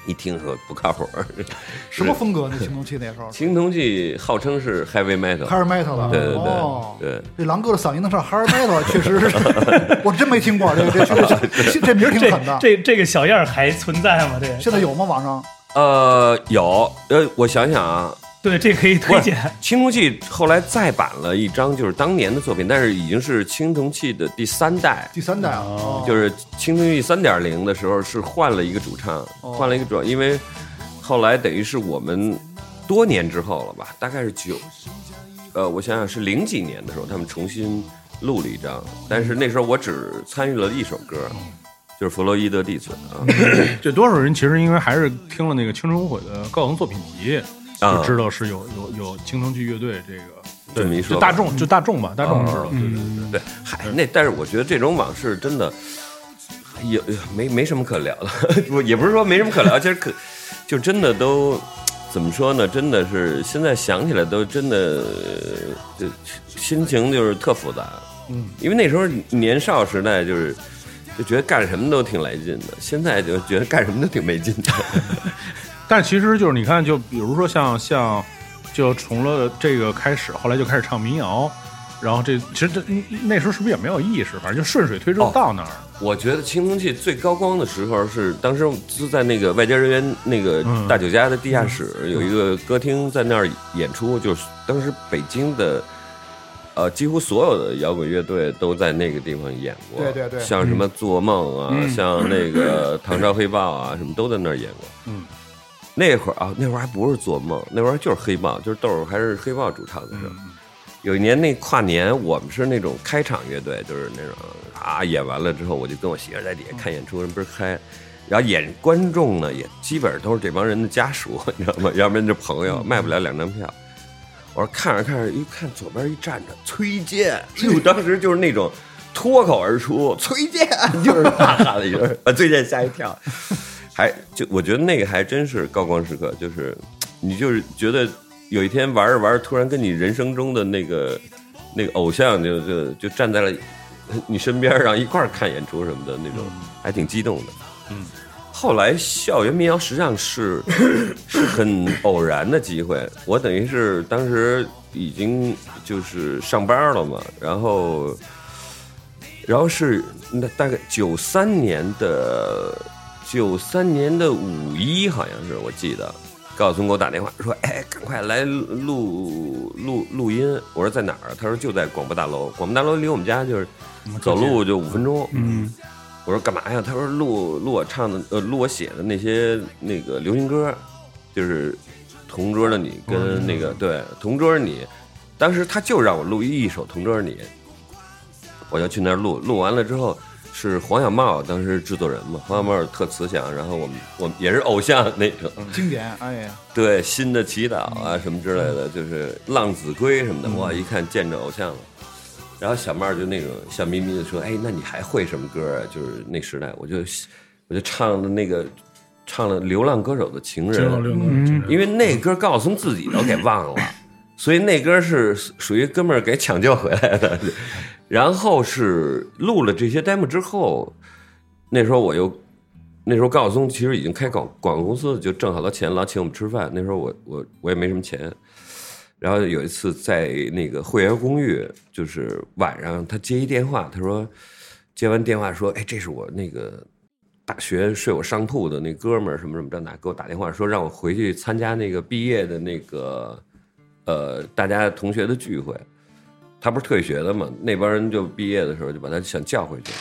[SPEAKER 4] 一听说不靠谱儿， <laughs>
[SPEAKER 2] 什么风格？那青铜器那时候
[SPEAKER 4] 青铜器号称是 heavy metal，
[SPEAKER 2] 哈尔 metal 了，
[SPEAKER 4] 对对对
[SPEAKER 2] 哦
[SPEAKER 4] 对，
[SPEAKER 2] 这狼哥的嗓音能上哈尔 metal，确啊实是， <laughs> 我真没听过这这这这这名儿挺
[SPEAKER 1] 这
[SPEAKER 2] 狠的。
[SPEAKER 1] 这这个小样儿还存在吗？这
[SPEAKER 2] 现在有吗？网上
[SPEAKER 4] 呃，有，呃，我想想啊，
[SPEAKER 1] 对，这可以
[SPEAKER 4] 不
[SPEAKER 1] 推
[SPEAKER 4] 是
[SPEAKER 1] 荐，
[SPEAKER 4] 青铜器后来再版了一张，就是当年的作品，但是已经是青铜器的第三代，
[SPEAKER 2] 第三代啊，哦
[SPEAKER 4] 就是青铜器三点零的时候是换了一个主唱，
[SPEAKER 2] 哦
[SPEAKER 4] 换了一个主唱，因为后来等于是我们多年之后了吧，大概是九，呃，我想想是零几年的时候，他们重新录了一张，但是那时候我只参与了一首歌，就是弗洛伊德弟子啊，
[SPEAKER 3] 这多少人其实因为还是听了那个《青春无悔》的高能作品集，
[SPEAKER 4] 啊
[SPEAKER 3] 就知道是有有有青铜器乐队嗯这个。
[SPEAKER 4] 这么一说
[SPEAKER 3] 就
[SPEAKER 4] 吧
[SPEAKER 3] 大众就大众吧，大嗯众知道，对对对。
[SPEAKER 4] 对，嗨，那但是我觉得这种往事真的也没没什么可聊的， <laughs> 我也不是说没什么可聊，其实可就真的都怎么说呢？真的是现在想起来都真的，呃心情就是特复杂。嗯，因为那时候年少时代就是。就觉得干什么都挺来劲的，现在就觉得干什么都挺没劲的。
[SPEAKER 3] 但其实就是你看，就比如说像像，就从了这个开始，后来就开始唱民谣，然后这其实这那时候是不是也没有意识，反正就顺水推舟
[SPEAKER 4] 哦
[SPEAKER 3] 到那儿。
[SPEAKER 4] 我觉得青铜器最高光的时候是当时就在那个外交人员那个
[SPEAKER 2] 嗯
[SPEAKER 4] 大酒家的地下室、有一个歌厅，在那儿演出，就是当时北京的。呃，几乎所有的摇滚乐队都在那个地方演过，
[SPEAKER 2] 对对嗯对
[SPEAKER 4] 像什么做梦啊，像
[SPEAKER 2] <coughs>
[SPEAKER 4] 那个唐朝黑豹啊，什么都在那儿演过。嗯，那会儿啊，那会儿还不是做梦，那会儿就是黑豹，就是豆儿还是黑豹主唱的时
[SPEAKER 2] 嗯
[SPEAKER 4] 候。有一年那跨年，我们是那种开场乐队，就是那种啊演完了之后，我就跟我媳妇儿在底下看演出，人不是开，然后演观众呢也基本上都是这帮人的家属，你知道吗？ <laughs> 要不然就朋友，卖不了两张票。我说看着看着，一看左边一站着崔健，哎呦，当时就是那种脱口而出崔健，就是大喊了一声，把崔健吓一跳。还就我觉得那个还真是高光时刻，就是你就是觉得有一天玩着玩着，突然跟你人生中的那个那个偶像就就就站在了你身边，然后一块儿看演出什么的那种，还挺激动的。后来校园民谣实际上是是很偶然的机会，我等于是当时已经就是上班了嘛，然后然后是那大概九三年的九三年的五一好像是我记得，高晓松给我打电话说，哎，赶快来录录录音，我说在哪儿啊？他说就在广播大楼，广播大楼离我们家就是走路就五分钟，嗯。我说干嘛呀？他说录录我唱的，呃，录我写的那些那个流行歌，就是《同桌的你》跟那个、对《同桌的你》，当时他就让我录一首《同桌的你》，我就去那儿录，录完了之后是黄小茂当时制作人嘛，黄小茂特慈祥，然后我们我们也是偶像那种，
[SPEAKER 2] 经典，哎呀，
[SPEAKER 4] 对新的祈祷啊什么之类的，就是浪子龟什么的，哇，一看见着偶像了。然后小妹儿就那种笑眯眯的说：“哎，那你还会什么歌啊？就是那时代，我就我就唱了那个唱了《流浪歌手的情人》，
[SPEAKER 1] 嗯
[SPEAKER 4] 因为那歌高晓松自己都给忘了，所以那歌是属于哥们儿给抢救回来的。然后是录了这些 demo 之后，那时候我又，那时候高晓松其实已经开广广告公司，就挣好多钱，老请我们吃饭。那时候我我我也没什么钱。然后有一次在那个汇源公寓，就是晚上他接一电话，他说接完电话说：“哎，这是我那个大学睡我上铺的那哥们儿，什么什么这那，给我打电话说让我回去参加那个毕业的那个呃大家同学的聚会。”他不是退学的嘛，那帮人就毕业的时候就把他想叫回
[SPEAKER 2] <coughs>
[SPEAKER 4] 去，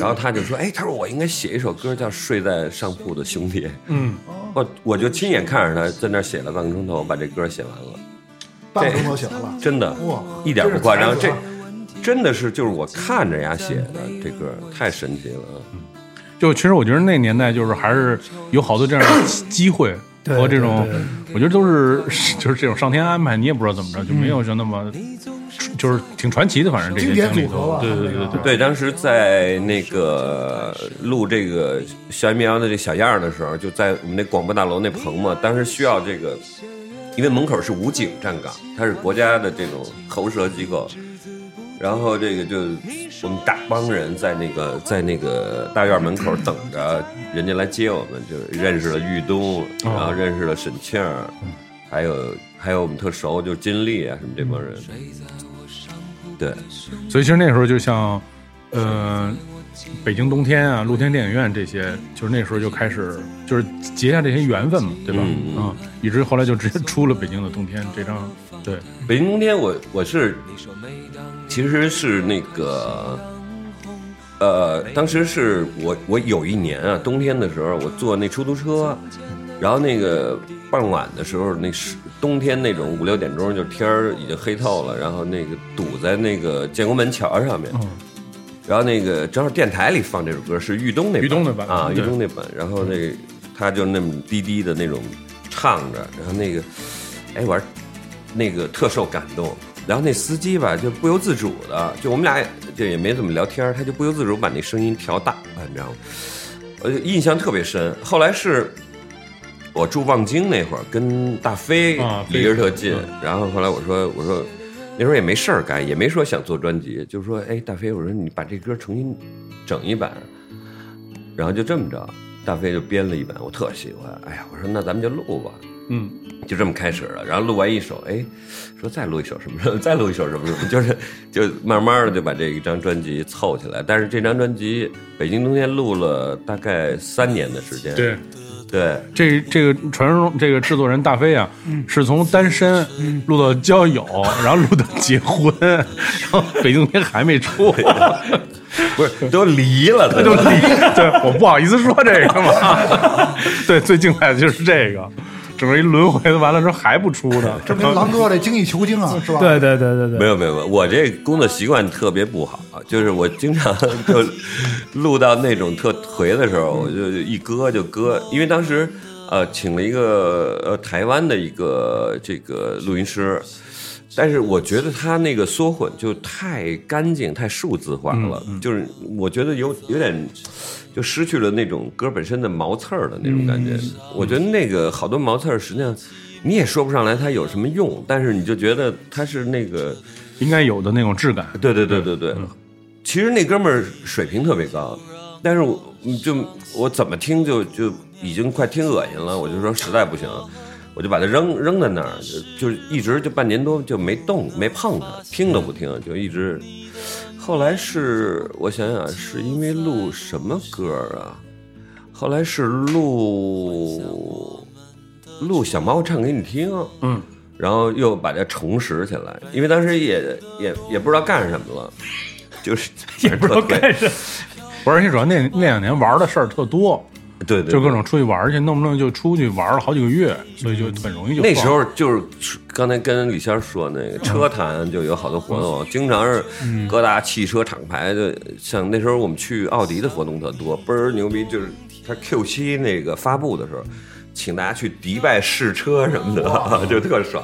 [SPEAKER 4] 然后他就说：“哎，他说我应该写一首歌叫《睡在上铺的兄弟》。”嗯，我我就亲眼看着他在那儿写了半个钟头，把这歌写完了。
[SPEAKER 2] 半个钟头写完了，
[SPEAKER 4] 真的
[SPEAKER 2] 哇，
[SPEAKER 4] 一点不夸张，
[SPEAKER 2] 这是
[SPEAKER 4] 这
[SPEAKER 2] 才华
[SPEAKER 4] 真的是就是我看着呀写的这歌，太神奇了啊！
[SPEAKER 3] 就其实我觉得那年代就是还是有好多这样的机会和这种，我觉得都是就是这种上天安排，你也不知道怎么着，就没有就那么，就是挺传奇的，反正这些
[SPEAKER 2] 经典
[SPEAKER 3] 经历
[SPEAKER 2] 组合
[SPEAKER 3] 都
[SPEAKER 2] 吧，
[SPEAKER 3] 对
[SPEAKER 2] 对对对，
[SPEAKER 4] 对，当时在那个录这个小绵羊的这小样儿的时候，就在我们那广播大楼那棚嘛，当时需要这个，因为门口是武警站岗，它是国家的这种喉舌机构，然后这个就我们大帮人在那个在那个大院门口等着人家来接我们，就是认识了玉东，然后认识了沈庆儿，还有还有我们特熟就是金立啊什么这帮人，对。
[SPEAKER 3] 所以其实那时候就像，呃，北京冬天啊，露天电影院这些，就是那时候就开始就是结下这些缘分嘛，对吧？
[SPEAKER 4] 嗯
[SPEAKER 3] 啊，以至于后来就直接出了《北京的冬天》这张，对，
[SPEAKER 4] 北京冬天我，我是其实是那个，呃，当时是我我有一年啊，冬天的时候，我坐那出租车，然后那个傍晚的时候，那是冬天那种五六点钟，就天儿已经黑透了，然后那个堵在那个建国门桥上
[SPEAKER 3] 嗯
[SPEAKER 4] 面。然后那个正好电台里放这首歌是玉东那
[SPEAKER 3] 玉东那版
[SPEAKER 4] 啊，玉
[SPEAKER 3] 对嗯
[SPEAKER 4] 东那版，然后那个他就那么低低的那种唱着，然后那个哎我说那个特受感动。然后那司机吧，就不由自主的，就我们俩也就也没怎么聊天儿，他就不由自主把那声音调大啊了，你知道吗？我就呃印象特别深。后来是我住望京那会儿，跟大飞
[SPEAKER 3] 啊
[SPEAKER 4] 离
[SPEAKER 3] 飞
[SPEAKER 4] 着特近，然后后来我说我说那时候也没事儿干，也没说想做专辑，就说哎大飞，我说你把这歌重新整一版，然后就这么着，大飞就编了一版，我特喜欢。哎呀，我说那咱们就录吧。
[SPEAKER 3] 嗯，
[SPEAKER 4] 就这么开始了。然后录完一首，哎，说再录一首什么什 <laughs> 么，再录一首什么什么，就是就慢慢的就把这一张专辑凑起来。但是这张专辑《北京冬天》录了大概三年的时间，
[SPEAKER 3] 对。
[SPEAKER 4] 对
[SPEAKER 3] 这这个传说中这个制作人大飞啊，是从单身录到交友，然后录到结婚，然后北京天还没出，
[SPEAKER 4] 哎不是都离了，
[SPEAKER 3] 他 <laughs>
[SPEAKER 4] 他
[SPEAKER 3] 就离。对，我不好意思说这个嘛。 <laughs> 对，最精彩的就是这个，整个一轮回完了之后还不出呢，
[SPEAKER 2] 证明狼哥这精益求精啊，是吧？
[SPEAKER 1] 对对对对
[SPEAKER 4] 没
[SPEAKER 1] 对，
[SPEAKER 4] 有没有没有，我这工作习惯特别不好，就是我经常 <laughs> 就录到那种特颓的时候，我就一搁就搁，因为当时呃请了一个呃台湾的一个这个录音师。但是我觉得他那个缩混就太干净、太数字化了，就是我觉得有有点就失去了那种歌本身的毛刺儿的那种感觉。我觉得那个好多毛刺儿，实际上你也说不上来它有什么用，但是你就觉得它是那个，
[SPEAKER 3] 应该有的那种质感。
[SPEAKER 4] 对对对对对。其实那哥们儿水平特别高，但是我嗯就我怎么听就就已经快听恶心了，我就说实在不行。我就把它扔扔在那儿，就就一直就半年多就没动没碰它，听都不听，就一直。后来是我想想，是因为录什么歌啊？后来是录录小猫唱给你听，嗯，然后又把它重拾起来，因为当时也也也不知道干什么了，就是
[SPEAKER 1] <laughs> 也不知道干什么。
[SPEAKER 3] 不是，而且主要那那两年玩的事儿特多，
[SPEAKER 4] 对对对，
[SPEAKER 3] 就各种出去玩去，弄不弄就出去玩了好几个月，所以就很容易就
[SPEAKER 4] 那
[SPEAKER 3] 放
[SPEAKER 4] 时候就是刚才跟李仙说那
[SPEAKER 3] 嗯
[SPEAKER 4] 个车坛就有好多活动，经常是各大汽车厂牌的，像那时候我们去奥迪的活动特多，倍儿牛逼。就是它 Q 7那个发布的时候，请大家去迪拜试车什么的， <laughs> 就特爽。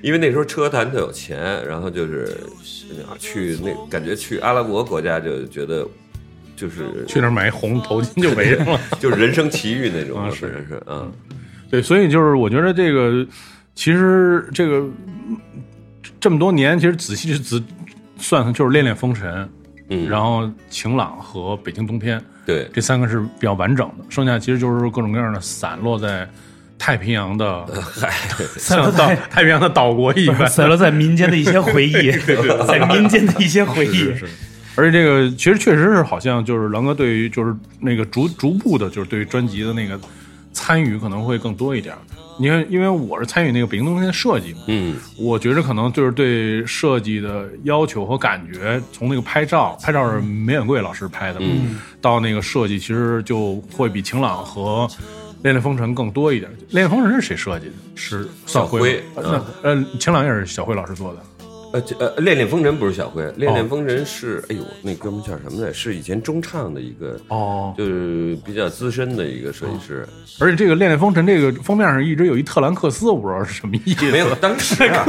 [SPEAKER 4] 因为那时候车坛特有钱，然后就是啊去那感觉去阿拉伯国家就觉得就是
[SPEAKER 3] 去那儿买一红头巾就围
[SPEAKER 4] <laughs>
[SPEAKER 3] 上了。
[SPEAKER 4] 就是人生奇遇那种，
[SPEAKER 3] 啊
[SPEAKER 4] 反
[SPEAKER 3] 是
[SPEAKER 4] 正是啊，
[SPEAKER 3] 对，所以就是我觉得这个，其实这个嗯这么多年，其实仔细去仔算算就是练练风尘，
[SPEAKER 4] 嗯
[SPEAKER 3] 然后晴朗和北京冬天，
[SPEAKER 4] 对，
[SPEAKER 3] 这三个是比较完整的，剩下其实就是各种各样的散落在太平洋的，
[SPEAKER 4] <laughs>
[SPEAKER 1] 散
[SPEAKER 3] <laughs> 像
[SPEAKER 1] 落
[SPEAKER 3] 岛
[SPEAKER 1] 在
[SPEAKER 3] 太平洋的岛国一般。
[SPEAKER 1] 散落在民间的一些回忆，在民间的一些回忆，
[SPEAKER 3] 而且这个其实确实是好像就是狼哥对于就是那个逐逐步的，就是对于专辑的那个参与可能会更多一点。你看，因为我是参与那个北京冬天的设计嘛，
[SPEAKER 4] 嗯，
[SPEAKER 3] 我觉着可能就是对设计的要求和感觉，从那个拍照，拍照是梅远贵老师拍的嘛，
[SPEAKER 4] 嗯
[SPEAKER 3] 到那个设计，其实就会比晴朗和恋恋风尘更多一点。恋恋风尘是谁设计的？是
[SPEAKER 4] 小
[SPEAKER 3] 辉
[SPEAKER 4] 辉
[SPEAKER 3] 吗。呃那呃，晴朗也是小辉老师做的。
[SPEAKER 4] 呃这呃，恋恋风尘不是小辉，恋恋风尘是，哎呦，那哥们叫什么来？是以前中唱的一个，
[SPEAKER 3] 哦，
[SPEAKER 4] 就是比较资深的一个设计师。
[SPEAKER 3] 而且这个《恋恋风尘》这个封面上一直有一特兰克斯，我不知道是什么意思。
[SPEAKER 4] 没有，当时啊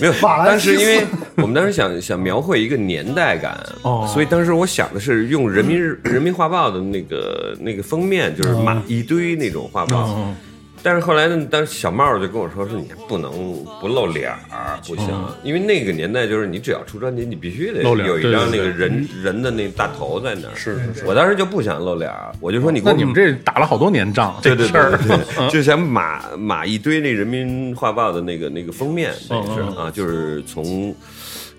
[SPEAKER 4] 没有，
[SPEAKER 2] 法兰
[SPEAKER 4] <laughs> 当
[SPEAKER 2] 西斯
[SPEAKER 4] 时因为我们当时想想描绘一个年代感，
[SPEAKER 3] 哦
[SPEAKER 4] 所以当时我想的是用人民日人民画报的那个那个封面，就是马一堆那种画报。
[SPEAKER 3] 嗯，
[SPEAKER 4] 但是后来呢，当时小帽就跟我说说你不能不露脸儿，不行，因为那个年代就是你只要出专辑，你必须得
[SPEAKER 3] 嗯露脸
[SPEAKER 4] 有一
[SPEAKER 3] 对
[SPEAKER 4] 张
[SPEAKER 3] 对
[SPEAKER 4] 那
[SPEAKER 3] 对
[SPEAKER 4] 个人人的那大头在那儿。是是是，我当时就不想露脸儿，我就说你给
[SPEAKER 3] 那
[SPEAKER 4] 我
[SPEAKER 3] 你们这打了好多年仗，
[SPEAKER 4] 对
[SPEAKER 3] 这
[SPEAKER 4] 对
[SPEAKER 3] 事儿嗯
[SPEAKER 4] 对对，对就想码码一堆那人民画报的那个那个封面，那个是
[SPEAKER 3] 嗯
[SPEAKER 4] 啊，就是从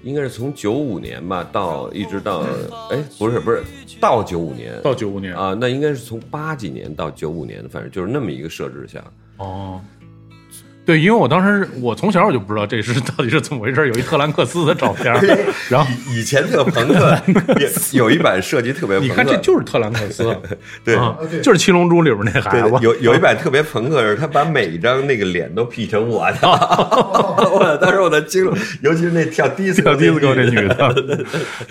[SPEAKER 4] 应该是从九五年吧，到一直到哎不是不是到九五年
[SPEAKER 3] <laughs> 到九五年
[SPEAKER 4] 啊，那应该是从八几年到九五年，反正就是那么一个设置下，
[SPEAKER 3] 哦，对，因为我当时我从小我就不知道这是到底是怎么回事，有一特兰克斯的照片，然后
[SPEAKER 4] 以前特朋
[SPEAKER 3] <laughs>
[SPEAKER 4] 克也有一版设计特别
[SPEAKER 3] 你
[SPEAKER 4] 朋克，
[SPEAKER 3] 看这就是特兰克斯，
[SPEAKER 4] 对。
[SPEAKER 3] 啊
[SPEAKER 2] 对
[SPEAKER 3] 就是《七龙珠》里边那孩
[SPEAKER 4] 对
[SPEAKER 3] 子，，
[SPEAKER 4] 有有一版特别朋克，是他把每一张那个脸都 P 成我
[SPEAKER 3] <laughs>
[SPEAKER 4] 的，我当时我都惊了，尤其是那跳迪斯
[SPEAKER 3] 跳迪斯科那女的，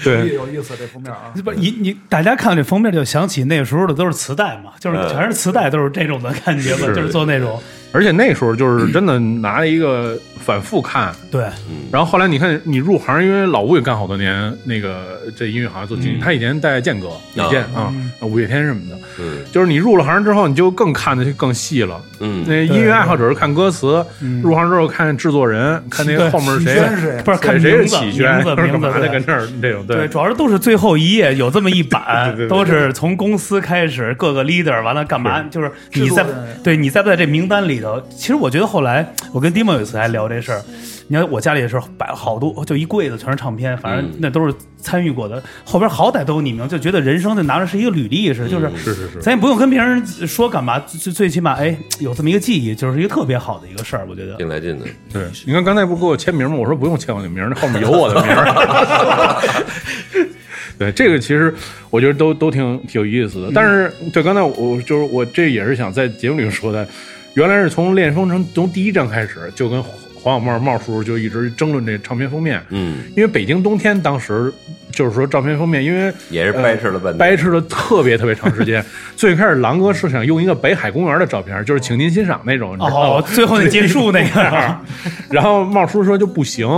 [SPEAKER 3] 对，
[SPEAKER 2] 有意思这封面啊，
[SPEAKER 1] 不是你你大家看到这封面就想起那时候的都是磁带嘛，就是
[SPEAKER 4] 嗯
[SPEAKER 1] 全是磁带，都是这种的感觉嘛，
[SPEAKER 3] 是
[SPEAKER 1] 就是做那种
[SPEAKER 3] 而且那时候就是真的拿一个反复看，
[SPEAKER 1] 对
[SPEAKER 3] 然后后来你看你入行，因为老吴也干好多年那个这音乐行业做经理，他以前带健哥、李健啊、五月天什么的，
[SPEAKER 4] 嗯
[SPEAKER 3] 就是你入了行之后，你就更看的就更细了。
[SPEAKER 4] 嗯，
[SPEAKER 3] 那音乐爱好者是看歌词，入行之后看制作人，看那个
[SPEAKER 1] 嗯对
[SPEAKER 3] 后面
[SPEAKER 2] 你
[SPEAKER 3] 谁
[SPEAKER 2] 宣誓
[SPEAKER 1] 不是看
[SPEAKER 3] 谁谁
[SPEAKER 1] 名
[SPEAKER 3] <laughs> 是
[SPEAKER 1] 字
[SPEAKER 3] 起轩，
[SPEAKER 1] 名字
[SPEAKER 3] 干
[SPEAKER 1] 名
[SPEAKER 3] 嘛
[SPEAKER 1] 字
[SPEAKER 3] 的
[SPEAKER 1] 对
[SPEAKER 3] 跟这儿这种
[SPEAKER 1] 对，主要是都是最后一页有这么一版，
[SPEAKER 3] <laughs> 对对对
[SPEAKER 1] 都是从公司开始各个 leader 完了干嘛，就是你在
[SPEAKER 2] 制作人
[SPEAKER 1] 对你在不在这名单里头？其实我觉得后来我跟 Dimo 有一次还聊这事儿，你看我家里也是摆了好多，就一柜子全是唱片，反正
[SPEAKER 3] 嗯
[SPEAKER 1] 那都是参与过的，后边好歹都有你名，就觉得人生就拿着是一个履历似的，就是
[SPEAKER 3] 是是是
[SPEAKER 1] 咱也不用跟别人说干嘛，最最起码哎有这么一个记忆，就是一个特别好的一个事儿，我觉得。
[SPEAKER 4] 挺来劲的。
[SPEAKER 3] 对，你看刚才不给我签名吗？我说不用签我的名儿，那后面有我的名儿。对，这个其实我觉得都都挺挺有意思
[SPEAKER 4] 嗯
[SPEAKER 3] 的。但是，对刚才我就是我这也是想在节目里说的，原来是从《恋风城》从第一章开始就跟黄小茂茂叔就一直争论这唱片封面。
[SPEAKER 4] 嗯，
[SPEAKER 3] 因为北京冬天当时就是说照片封面，因为呃
[SPEAKER 4] 也是掰扯了半天
[SPEAKER 3] 掰扯了特别特别长时间。
[SPEAKER 4] <laughs>
[SPEAKER 3] 最开始狼哥是想用一个北海公园的照片，就是请您欣赏那种，你知道
[SPEAKER 1] 哦
[SPEAKER 3] 吗？，
[SPEAKER 1] 最后那结束那
[SPEAKER 3] <laughs>
[SPEAKER 1] 个，
[SPEAKER 3] 然后茂叔说就不行，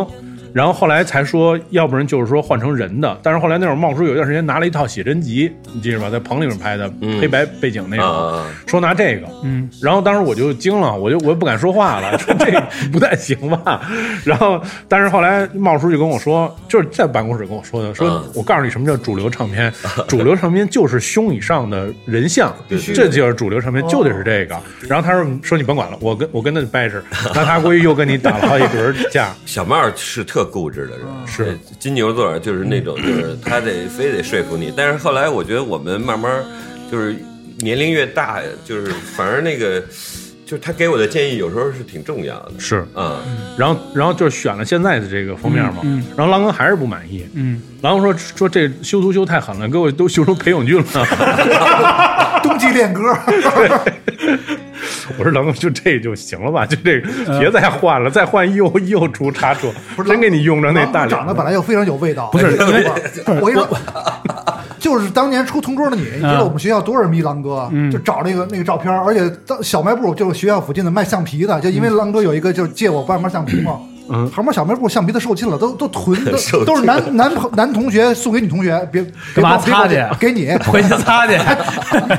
[SPEAKER 3] 然后后来才说，要不然就是说换成人的。但是后来那会儿茂叔有一段时间拿了一套写真集，你记着吧，在棚里面拍的，黑白背景那种，
[SPEAKER 4] 啊
[SPEAKER 3] 说拿这个，嗯，然后当时我就惊了，我就我也不敢说话了，说这不太行吧。然后，但是后来茂叔就跟我说，就是在办公室跟我说的，说
[SPEAKER 4] 嗯
[SPEAKER 3] 我告诉你什么叫主流唱片，主流唱片就是胸以上的人像，
[SPEAKER 4] 对
[SPEAKER 3] 这就是主流唱片，就得是这个。然后他说说你甭管了，我跟我跟他掰扯，那他估计又跟你打了好几轮架。
[SPEAKER 4] 小茂是特固执的人，
[SPEAKER 3] 嗯是
[SPEAKER 4] 金牛座，就是那种，就是他得非得说服你。但是后来我觉得我们慢慢就是年龄越大，就是反而那个，就是他给我的建议有时候是挺重要的。
[SPEAKER 3] 是，
[SPEAKER 4] 啊，
[SPEAKER 3] 然后然后就是选了现在的这个封面嘛，然后郎哥还是不满意，
[SPEAKER 1] 嗯，
[SPEAKER 3] 然后说说这修图修太狠了，给我都修成裴勇俊了。
[SPEAKER 2] 冬季恋歌，
[SPEAKER 3] <laughs> 我说郎哥就这就行了吧，就这个别再换了，再换又又出差错，真给你用着那大
[SPEAKER 2] 啊长得
[SPEAKER 3] 脸。
[SPEAKER 2] 本来就非常有味道，
[SPEAKER 1] 不是
[SPEAKER 2] 哎
[SPEAKER 1] 因为
[SPEAKER 2] 我跟你说， <laughs> 就是当年出《同桌的你》，你知道我们学校多少人迷狼哥，就找那个那个照片，而且到小卖部就是学校附近的卖橡皮的，就因为狼哥有一个就是借我爸妈橡皮嘛，
[SPEAKER 3] 嗯
[SPEAKER 2] 旁边小卖部橡皮都售罄了，都都囤，
[SPEAKER 4] 售
[SPEAKER 2] 都
[SPEAKER 4] 罄
[SPEAKER 2] 都是男男朋男同学送给女同学，别
[SPEAKER 1] 干嘛
[SPEAKER 2] 别报
[SPEAKER 1] 擦去
[SPEAKER 2] 别报给你
[SPEAKER 1] <laughs> 回去擦去。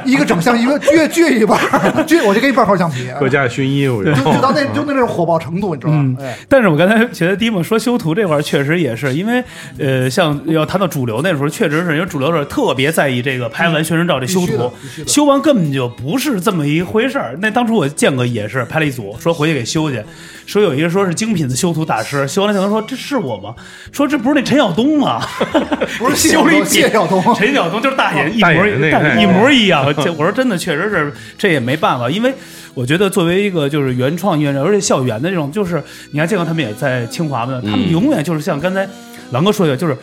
[SPEAKER 2] 一个整箱一个撅撅一半儿，撅我就给你半块橡皮，
[SPEAKER 3] 搁家熏衣服，
[SPEAKER 2] 就
[SPEAKER 3] 然后
[SPEAKER 2] 就到那就那种火爆程度，你知道吗？哎， <laughs>
[SPEAKER 1] 但是我刚才觉得蒂姆说修图这块儿确实也是，因为呃，像要谈到主流那时候，确实是因为主流的时候特别在意这个拍完宣传照这修
[SPEAKER 2] 必须的
[SPEAKER 1] 图
[SPEAKER 2] 必须，的
[SPEAKER 1] 修完根本就不是这么一回事儿。那当初我见过也是拍了一组，说回去给修去，说有一个说是精品的修图大师，修完了以后说这是我吗？说这不是那陈晓东
[SPEAKER 2] <laughs>
[SPEAKER 1] 吗？
[SPEAKER 2] 不是谢
[SPEAKER 1] 修了一
[SPEAKER 2] 谢晓东
[SPEAKER 1] 遍陈晓东就是大
[SPEAKER 2] 哦
[SPEAKER 1] 眼一模
[SPEAKER 3] 大眼
[SPEAKER 1] 一
[SPEAKER 3] 那个
[SPEAKER 1] 大
[SPEAKER 3] 哎
[SPEAKER 1] 一模一样。这我说真的，确实是这也没办法，因为我觉得作为一个就是原创音乐人，而且校园的这种，就是你看建刚他们也在清华嘛，他
[SPEAKER 2] 嗯
[SPEAKER 1] 们永远就是像刚才狼哥说的，就是。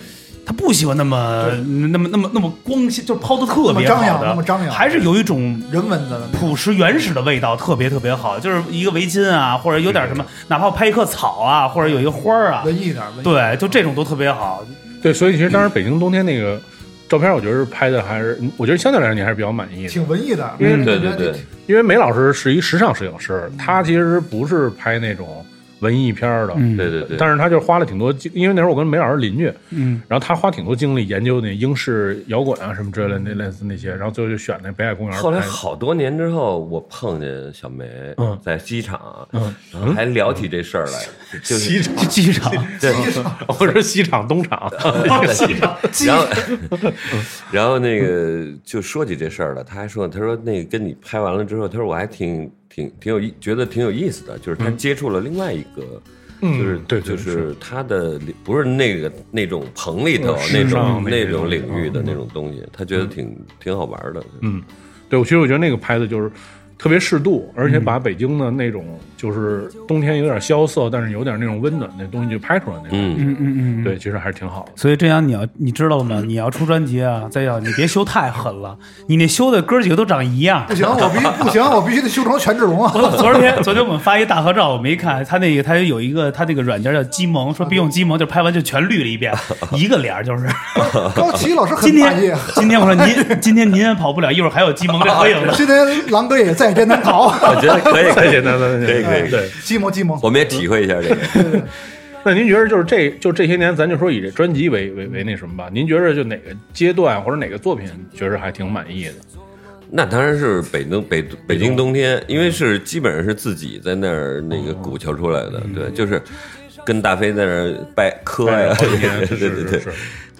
[SPEAKER 1] 他不喜欢那么那么那么那么光鲜，就是抛的特别
[SPEAKER 2] 那么张
[SPEAKER 1] 好
[SPEAKER 2] 扬
[SPEAKER 1] 的，
[SPEAKER 2] 那么张扬
[SPEAKER 1] 还是有一种
[SPEAKER 2] 人文的
[SPEAKER 1] 朴实原始的味道特别特别好，就是一个围巾啊，或者有点什么，哪怕我拍一棵草啊，或者有一个花儿啊，
[SPEAKER 2] 文艺一点，文艺
[SPEAKER 1] 对，就这种都特别好。
[SPEAKER 3] 对，所以其实当时北京冬天那个照片，我觉得是拍的还是，我觉得相对来说你还是比较满意的，
[SPEAKER 2] 挺文艺的，
[SPEAKER 3] 嗯
[SPEAKER 4] 对对对，
[SPEAKER 3] 因为梅老师是一时尚摄影师，他其实不是拍那种文艺片儿的，
[SPEAKER 1] 嗯
[SPEAKER 4] 对对对，
[SPEAKER 3] 但是他就花了挺多精，因为那时候我跟梅老师邻居，
[SPEAKER 1] 嗯，
[SPEAKER 3] 然后他花挺多精力研究那英式摇滚啊什么之类的那类似那些，然后最后就选那北海公园拍的。
[SPEAKER 4] 后来好多年之后，我碰见小梅
[SPEAKER 3] 嗯，
[SPEAKER 4] 在机场，
[SPEAKER 3] 嗯
[SPEAKER 4] 然后还聊起这事儿来，就是
[SPEAKER 3] 西厂，
[SPEAKER 1] 机场，
[SPEAKER 3] 我说西厂东 <laughs> 厂，
[SPEAKER 4] 然后 <laughs> 然后那个就说起这事儿了，他还说，他说那个跟你拍完了之后，他说我还挺挺挺有意，觉得挺有意思的，就是他接触了另外一个。
[SPEAKER 3] 嗯
[SPEAKER 4] 就是
[SPEAKER 3] 对对
[SPEAKER 4] 就是他的领不是那个那种棚里头
[SPEAKER 3] 嗯
[SPEAKER 4] 那
[SPEAKER 3] 时尚
[SPEAKER 4] 种
[SPEAKER 3] 那
[SPEAKER 4] 那
[SPEAKER 3] 种
[SPEAKER 4] 种领域的那种东西，他觉得挺挺好玩的。 <laughs>
[SPEAKER 3] 嗯，对，我其实我觉得那个拍的就是特别适度，而
[SPEAKER 4] 嗯
[SPEAKER 3] 且把北京的那种就是冬天有点萧瑟，但是有点那种温暖那东西就拍出来那种。
[SPEAKER 4] 嗯，
[SPEAKER 1] 嗯嗯嗯，
[SPEAKER 3] 对，其实还是挺
[SPEAKER 4] <laughs>
[SPEAKER 3] 好的。
[SPEAKER 1] 所以这样你要你知道
[SPEAKER 3] <laughs>
[SPEAKER 1] 吗？你要出专辑啊，再要你别修太狠了，你那修的哥几个都长一
[SPEAKER 3] <laughs>
[SPEAKER 1] 样
[SPEAKER 2] 不。行，我必须不行，我必须得修成权志龙
[SPEAKER 4] <laughs>
[SPEAKER 2] 啊！
[SPEAKER 1] 我昨天昨天我们发一大合照，我没看他那个，他有一个他那个软件叫机萌，说别用机萌，就拍完就全绿了一
[SPEAKER 3] <laughs>
[SPEAKER 1] 遍，一个脸儿就是。
[SPEAKER 2] 高奇老师很啊
[SPEAKER 1] 今
[SPEAKER 2] 满意
[SPEAKER 1] 天。今天我说您今天您也跑不了，一会儿还有机萌这哎合影呢。
[SPEAKER 2] 今天狼哥也在艰难逃，
[SPEAKER 4] 我觉得可以， <laughs> 可
[SPEAKER 3] 太
[SPEAKER 4] 以，
[SPEAKER 3] 简单了，
[SPEAKER 4] 可以，
[SPEAKER 2] <laughs>
[SPEAKER 4] 可
[SPEAKER 2] 哎
[SPEAKER 4] 以，
[SPEAKER 3] 哎对。
[SPEAKER 2] 寂寞寂寞。
[SPEAKER 4] 我们也体会一下这个。
[SPEAKER 3] 那您觉得就是这就这些年，咱就说以这专辑为为为那什么吧？您觉得就哪个阶段或者哪个作品，觉得还挺满意的？
[SPEAKER 4] 那当然是北京北北京冬天，因为是基本上是自己在那儿那个鼓敲出来的，对，就是跟大飞在那儿掰磕
[SPEAKER 3] 拍
[SPEAKER 4] <laughs> 呀，
[SPEAKER 3] 了好几哎年，
[SPEAKER 4] 对
[SPEAKER 3] 是
[SPEAKER 4] 对对
[SPEAKER 3] 是是
[SPEAKER 4] 对，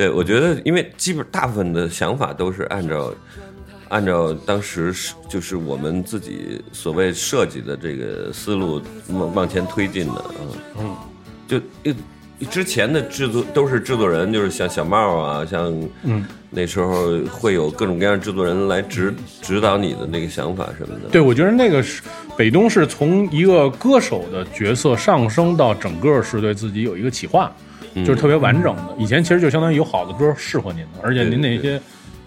[SPEAKER 4] 对我觉得因为基本大部分的想法都是按照按照当时是就是我们自己所谓设计的这个思路往往前推进的，嗯嗯，就一之前的制作都是制作人，就是像小帽啊，像嗯，那时候会有各种各样的制作人来指指导你的那个想法什么的，
[SPEAKER 3] 嗯对，我觉得那个是北东是从一个歌手的角色上升到整个是对自己有一个企划，就是特别完整的。以前其实就相当于有好的歌适合您的，而且您那些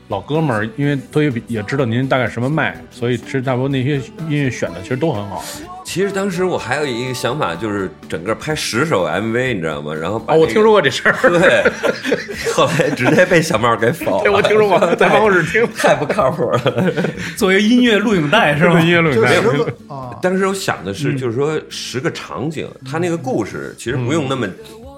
[SPEAKER 3] 老哥们儿，因为都也比也知道您大概什么脉，所以其实大部分那些音乐选的其实都很好。
[SPEAKER 4] 其实当时我还有一个想法，就是整个拍十首 MV，你知道吗？然后把、
[SPEAKER 3] <laughs> 哦，我听说。过这事儿，
[SPEAKER 4] 对， <laughs> 后来直接被小帽给否了。
[SPEAKER 3] 对我听说过， <laughs> 在办公室听
[SPEAKER 4] <laughs> 太不靠谱了。
[SPEAKER 1] 作为音乐录影带是吗？
[SPEAKER 3] <laughs> 音乐论
[SPEAKER 2] 就
[SPEAKER 3] 坛
[SPEAKER 2] 十。个啊，
[SPEAKER 4] <laughs> 当时我想的是，就是说十个场景，他那个故事其实不用那么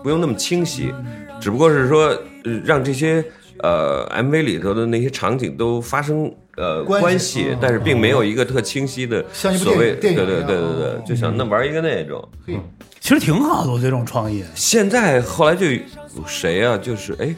[SPEAKER 4] 不用那么清晰，只不过是说呃让这些呃 MV 里头的那些场景都发生呃
[SPEAKER 2] 关系
[SPEAKER 4] 关系
[SPEAKER 2] 嗯，
[SPEAKER 4] 但是并没有一个特清晰的
[SPEAKER 2] 像一部
[SPEAKER 4] 所谓
[SPEAKER 2] 电
[SPEAKER 4] 对
[SPEAKER 2] 影
[SPEAKER 4] 对
[SPEAKER 2] 电影
[SPEAKER 4] 对
[SPEAKER 2] 一样
[SPEAKER 4] 对
[SPEAKER 2] 嗯
[SPEAKER 4] 对，对就想那玩一个那种。
[SPEAKER 2] 嘿
[SPEAKER 1] 其实挺好的，我觉得这种创意。
[SPEAKER 4] 现在后来就谁啊，就是哎。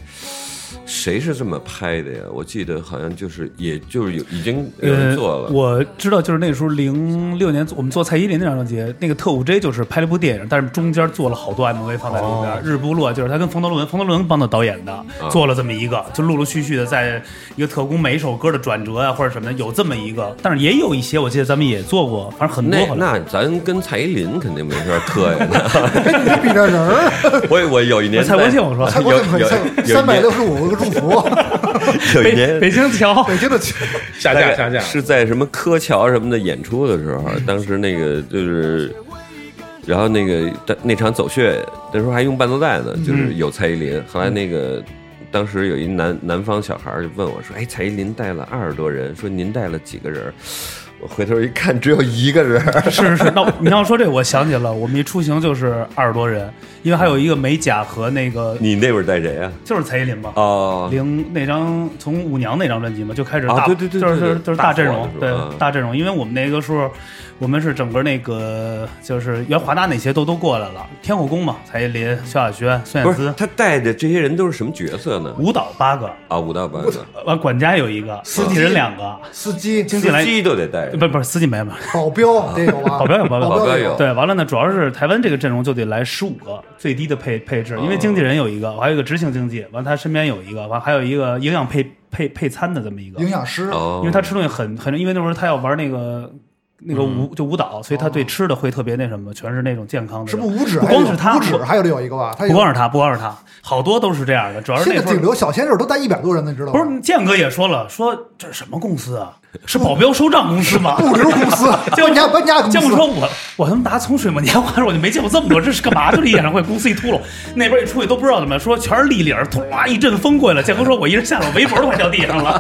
[SPEAKER 4] 谁是这么拍的呀？我记得好像就是，也就是有已经有人做了。
[SPEAKER 1] 呃我知道，就是那时候零六年，我们做蔡依林那张专辑，那个特务 J 就是拍了一部电影，但是中间做了好多 MV 放在里边。
[SPEAKER 4] 哦
[SPEAKER 1] 日不落就是他跟冯德伦，冯德伦帮他导演的，
[SPEAKER 4] 啊
[SPEAKER 1] 做了这么一个，就陆陆续续的在一个特工每一首歌的转折啊或者什么的有这么一个，但是也有一些我记得咱们也做过，反正很多
[SPEAKER 4] 那
[SPEAKER 1] 好像。
[SPEAKER 4] 那咱跟蔡依林肯定没法磕呀。
[SPEAKER 2] 你这比这人儿，
[SPEAKER 4] <laughs> 我我有一年
[SPEAKER 1] 蔡国
[SPEAKER 4] 在
[SPEAKER 1] 庆我说
[SPEAKER 4] <laughs>
[SPEAKER 1] <laughs>
[SPEAKER 2] 蔡国庆可以
[SPEAKER 4] 有有有
[SPEAKER 2] 三百六十五个祝福，
[SPEAKER 4] 有一
[SPEAKER 1] 北
[SPEAKER 4] 年
[SPEAKER 1] 北京桥，
[SPEAKER 2] 北京的
[SPEAKER 3] 下
[SPEAKER 4] 大
[SPEAKER 3] 架
[SPEAKER 4] 概
[SPEAKER 3] 下架，
[SPEAKER 4] 是在什么柯桥什么的演出的 <laughs> 时候，当时那个就是，然后那个但那场走穴那时候还用伴奏带呢，就是有蔡依林。后来那个当时有一南南方小孩儿就问我说：“哎，蔡依林带了二十多人，说您带了几个人儿？”我回头一看，只有一个人儿，
[SPEAKER 1] 是是，那我你要说这，我想起了，我们一出行就是二十多人，因为还有一个美甲和那个
[SPEAKER 4] 你那会儿带谁啊？
[SPEAKER 1] 就是蔡依林嘛，
[SPEAKER 4] 哦，
[SPEAKER 1] 零那张从舞娘那张专辑嘛就开始
[SPEAKER 4] 啊
[SPEAKER 1] 大，
[SPEAKER 4] 对对对
[SPEAKER 1] 就是
[SPEAKER 4] 对
[SPEAKER 1] 就
[SPEAKER 4] 对
[SPEAKER 1] 是就是
[SPEAKER 4] 大
[SPEAKER 1] 大阵
[SPEAKER 4] 火的
[SPEAKER 1] 容
[SPEAKER 4] 时，候
[SPEAKER 1] 对
[SPEAKER 4] 嗯
[SPEAKER 1] 大阵容，因为我们那个时候，我们是整个那个就是原华纳那些都都过来了，天后宫嘛，蔡依林、萧亚轩、孙
[SPEAKER 4] 不
[SPEAKER 1] 燕
[SPEAKER 4] 是
[SPEAKER 1] 姿，
[SPEAKER 4] 他带的这些人都是什么角色呢？
[SPEAKER 1] 舞蹈八个，
[SPEAKER 4] 啊，舞蹈班 <laughs> 的，
[SPEAKER 1] 完管家有一个，
[SPEAKER 2] 司
[SPEAKER 1] 经
[SPEAKER 2] 机
[SPEAKER 1] 纪人两个，
[SPEAKER 2] 司机、
[SPEAKER 1] 经纪
[SPEAKER 4] 司
[SPEAKER 1] 来
[SPEAKER 4] 机都得带着。
[SPEAKER 1] 不不是司机没嘛，
[SPEAKER 4] 哦
[SPEAKER 2] 保镖得有吧？啊
[SPEAKER 1] 保镖有保镖
[SPEAKER 2] 镖
[SPEAKER 4] 啊保镖有
[SPEAKER 1] 对，完了呢，主要是台湾这个阵容就得来十五个最低的配配
[SPEAKER 4] 哦
[SPEAKER 1] 置，因为经纪人有一个，我还有一个执行经纪，完他身边有一个，完还有一个营养配配配餐的这么一个，
[SPEAKER 2] 营养师，
[SPEAKER 4] 哦，
[SPEAKER 1] 因为他吃东西很很，因为那时候他要玩那个那个舞就舞蹈，所以他对吃的会特别那什么，全是那种健康的。
[SPEAKER 2] 哦是不是五指
[SPEAKER 1] 不
[SPEAKER 2] 还有？
[SPEAKER 1] 光是他，
[SPEAKER 2] 五指
[SPEAKER 1] 不
[SPEAKER 2] 还有得有一个吧？他
[SPEAKER 1] 不
[SPEAKER 2] 有
[SPEAKER 1] 光是他，不光是他，好多都是这样的，主要是
[SPEAKER 2] 现
[SPEAKER 1] 那
[SPEAKER 2] 在
[SPEAKER 1] 会
[SPEAKER 2] 顶
[SPEAKER 1] 儿。
[SPEAKER 2] 流小鲜肉都带一百多人呢，你知道
[SPEAKER 1] 不
[SPEAKER 2] 吗？
[SPEAKER 1] 是建哥也说了，说这是什么公司啊？是保镖收账公司吗？，
[SPEAKER 2] 物流公司
[SPEAKER 1] <laughs> 建
[SPEAKER 2] 搬家
[SPEAKER 1] 国
[SPEAKER 2] 搬家公司。
[SPEAKER 1] 建国说我我他妈拿从水墨年华，我就没见过这么多，这是干嘛？就这演唱会公司一秃噜，那边一出去都不知道怎么说，全是立领，突啦一阵风过来了。建国说我一人下来，我围脖都快掉地上了，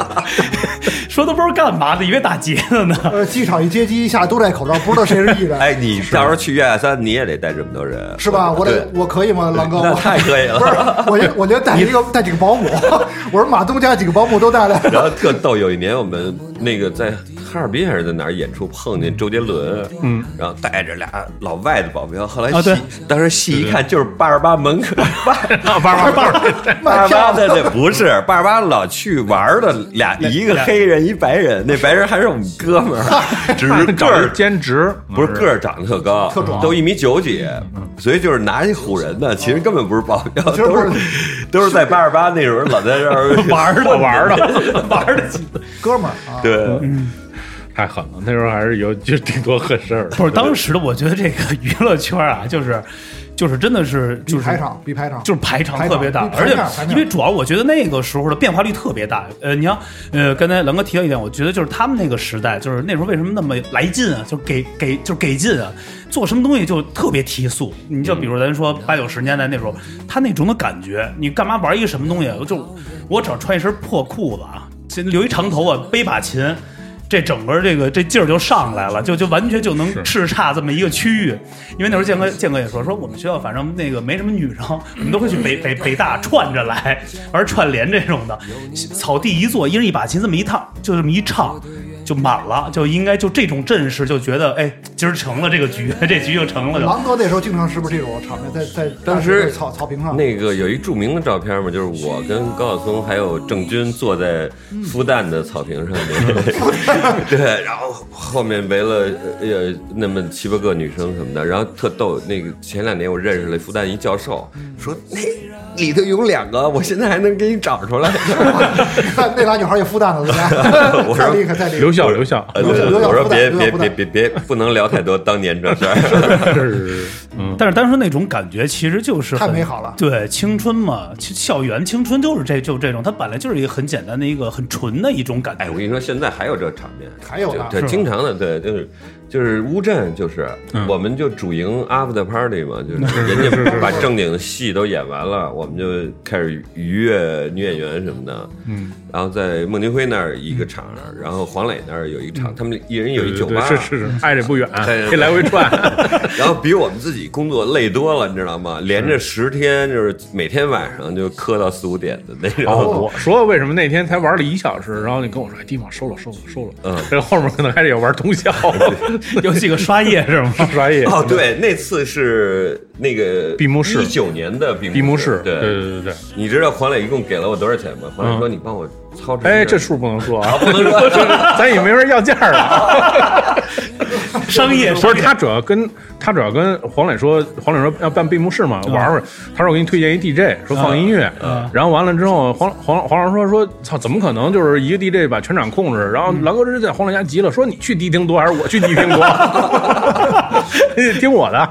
[SPEAKER 1] <laughs> 说都不知道干嘛的，以为打劫的呢。
[SPEAKER 2] 呃，机场一接机一下都戴口罩，不知道谁是艺人，
[SPEAKER 4] <laughs> 哎，你到时候去月下三，你也得带这么多人，
[SPEAKER 2] 是吧？我得
[SPEAKER 4] 对
[SPEAKER 2] 我可以吗，狼哥？
[SPEAKER 4] 那
[SPEAKER 2] 我 <laughs>
[SPEAKER 4] 太可以
[SPEAKER 2] 不是
[SPEAKER 4] 了。， <laughs>
[SPEAKER 2] 我就我就带一个带几个保姆， <laughs> 我说马东家几个保姆都带来。
[SPEAKER 4] 然后特逗，有一年我们那个在哈尔滨还是在哪儿演出，碰见周杰伦，嗯，然后带着俩老外的保镖，后来
[SPEAKER 1] 啊
[SPEAKER 4] 细、
[SPEAKER 1] 对
[SPEAKER 4] 当时细一看就是八十八门口，八
[SPEAKER 1] 玩玩玩，
[SPEAKER 4] 八十哎八的那不是八十八老去玩的俩，一个黑人一白人，那白人还是我们哥们儿，只 <laughs> 是个
[SPEAKER 3] 找人
[SPEAKER 4] 儿
[SPEAKER 3] 兼职嗯
[SPEAKER 4] 不是个儿长得特高，
[SPEAKER 2] 特壮嗯哦
[SPEAKER 4] 都一米九几，所以就是拿一唬人的，其实根本不是保镖，
[SPEAKER 2] 实不
[SPEAKER 4] 都
[SPEAKER 2] 是
[SPEAKER 4] 是都是在八十八那时候老在
[SPEAKER 2] <laughs>
[SPEAKER 4] 这儿
[SPEAKER 3] <laughs>
[SPEAKER 1] 玩儿的玩儿的玩儿的，
[SPEAKER 2] 哥们儿啊，
[SPEAKER 4] <laughs> 对，
[SPEAKER 3] 太狠了，那时候还是有就挺多狠事儿的。
[SPEAKER 1] 不是当时的，我觉得这个娱乐圈啊，就是就是真的是
[SPEAKER 2] 比
[SPEAKER 1] 就是
[SPEAKER 2] 排场比排场
[SPEAKER 1] 就是排场
[SPEAKER 2] 排
[SPEAKER 1] 特
[SPEAKER 2] 场
[SPEAKER 1] 别大
[SPEAKER 2] 啊比，排
[SPEAKER 1] 而且
[SPEAKER 2] 面排面
[SPEAKER 1] 因为主要我觉得那个时候的变化率特别大。呃，你像呃，刚才狼哥提到一点，我觉得就是他们那个时代，就是那时候为什么那么来劲啊，就是给给就是给劲啊，做什么东西就特别提速。你就比如咱说八九十年代那时候，他那种的感觉，你干嘛玩一个什么东西啊？就我只要穿一身破裤子啊，先留一长头发、背把琴。这整个这个这劲儿就上来了，就就完全就能叱咤这么一个区域。因为那时候建哥建哥也说，说我们学校反正那个没什么女生，我们都会去北北北大串着来，玩串联这种的，草地一坐，一人一把琴，这么一趟，就这么一唱。就满了，就应该就这种阵势，就觉得哎，今儿成了这个局， <laughs> 这局就成了就。
[SPEAKER 2] 狼哥那时候经常是不是这种场面，在在
[SPEAKER 4] 当时
[SPEAKER 2] 大街草草坪上， <laughs>
[SPEAKER 4] 那个有一著名的照片嘛，就是我跟高晓松还有郑钧坐在复旦的草坪上
[SPEAKER 2] <laughs>
[SPEAKER 4] 面， <laughs> 对，然后后面围了呃那么七八个女生什么的，然后特逗。那个前两年我认识了复旦一教授，
[SPEAKER 2] 嗯
[SPEAKER 4] 说那里头有两个，我现在还能给你找出来。
[SPEAKER 2] 那那俩女孩也孵蛋了，人家
[SPEAKER 4] <laughs> 我说
[SPEAKER 2] <laughs> 太厉害太厉
[SPEAKER 3] 留
[SPEAKER 2] 害。
[SPEAKER 3] 校留校， <laughs>
[SPEAKER 4] 呃
[SPEAKER 2] 有有有
[SPEAKER 4] 我说
[SPEAKER 2] 复旦
[SPEAKER 4] 别
[SPEAKER 2] 有
[SPEAKER 4] 别
[SPEAKER 2] 复
[SPEAKER 4] 别
[SPEAKER 2] 旦
[SPEAKER 4] 别别，不能聊太多当年这事儿。
[SPEAKER 3] 是嗯，
[SPEAKER 1] 但是当时那种感觉其实就是很
[SPEAKER 2] 太美好了
[SPEAKER 1] 对，青春嘛，其校园青春就是这就这种，它本来就是一个很简单的一个很纯的一种感觉。
[SPEAKER 4] 哎，我跟你说，现在还有这场面，
[SPEAKER 2] 还有呢
[SPEAKER 4] 就对，经常的，对，就是就是乌镇，就是、我们就主营 after party 嘛，嗯就是人家把正经的戏都演完了，我们就开始愉悦女演员什么的，嗯，然后在孟京辉那儿一个场，然后黄磊那儿有一场，他们一人有一酒吧，
[SPEAKER 3] 对是是是，挨着不远，
[SPEAKER 4] 对
[SPEAKER 3] 可以来回串。
[SPEAKER 4] <laughs> 然后比我们自己工作累多了，你知道吗？连着十天，就是每天晚上就磕到四五点的那种。
[SPEAKER 3] 我说为什么那天才玩了一小时，然后你跟我说，哎，地方收了收了收了，
[SPEAKER 4] 嗯
[SPEAKER 3] 这后面可能还得要玩通宵，
[SPEAKER 1] 有几个刷夜是吗？
[SPEAKER 3] 专业
[SPEAKER 4] 哦，对，那次是那个
[SPEAKER 3] 闭幕式
[SPEAKER 4] 一九年的闭
[SPEAKER 3] 闭幕式，
[SPEAKER 4] 对
[SPEAKER 3] 对对对对。
[SPEAKER 4] 你知道黄磊一共给了我多少钱吗？黄磊说：“你帮我操持。”
[SPEAKER 3] 哎，这数不能说啊，不能说，咱也没人要价了。
[SPEAKER 1] <laughs> 商业
[SPEAKER 3] 不
[SPEAKER 1] 商
[SPEAKER 3] 是
[SPEAKER 1] 业
[SPEAKER 3] 他主要跟他主要跟黄磊说，黄磊说要办闭幕式嘛，玩会儿。他说我给你推荐一 DJ，说放音乐。然后完了之后，黄黄黄老师说说操，怎么可能就是一个 DJ 把全场控制？然后狼哥直接在黄磊家急了，说你去迪厅多 <laughs> 还是我去迪厅多？你得听我的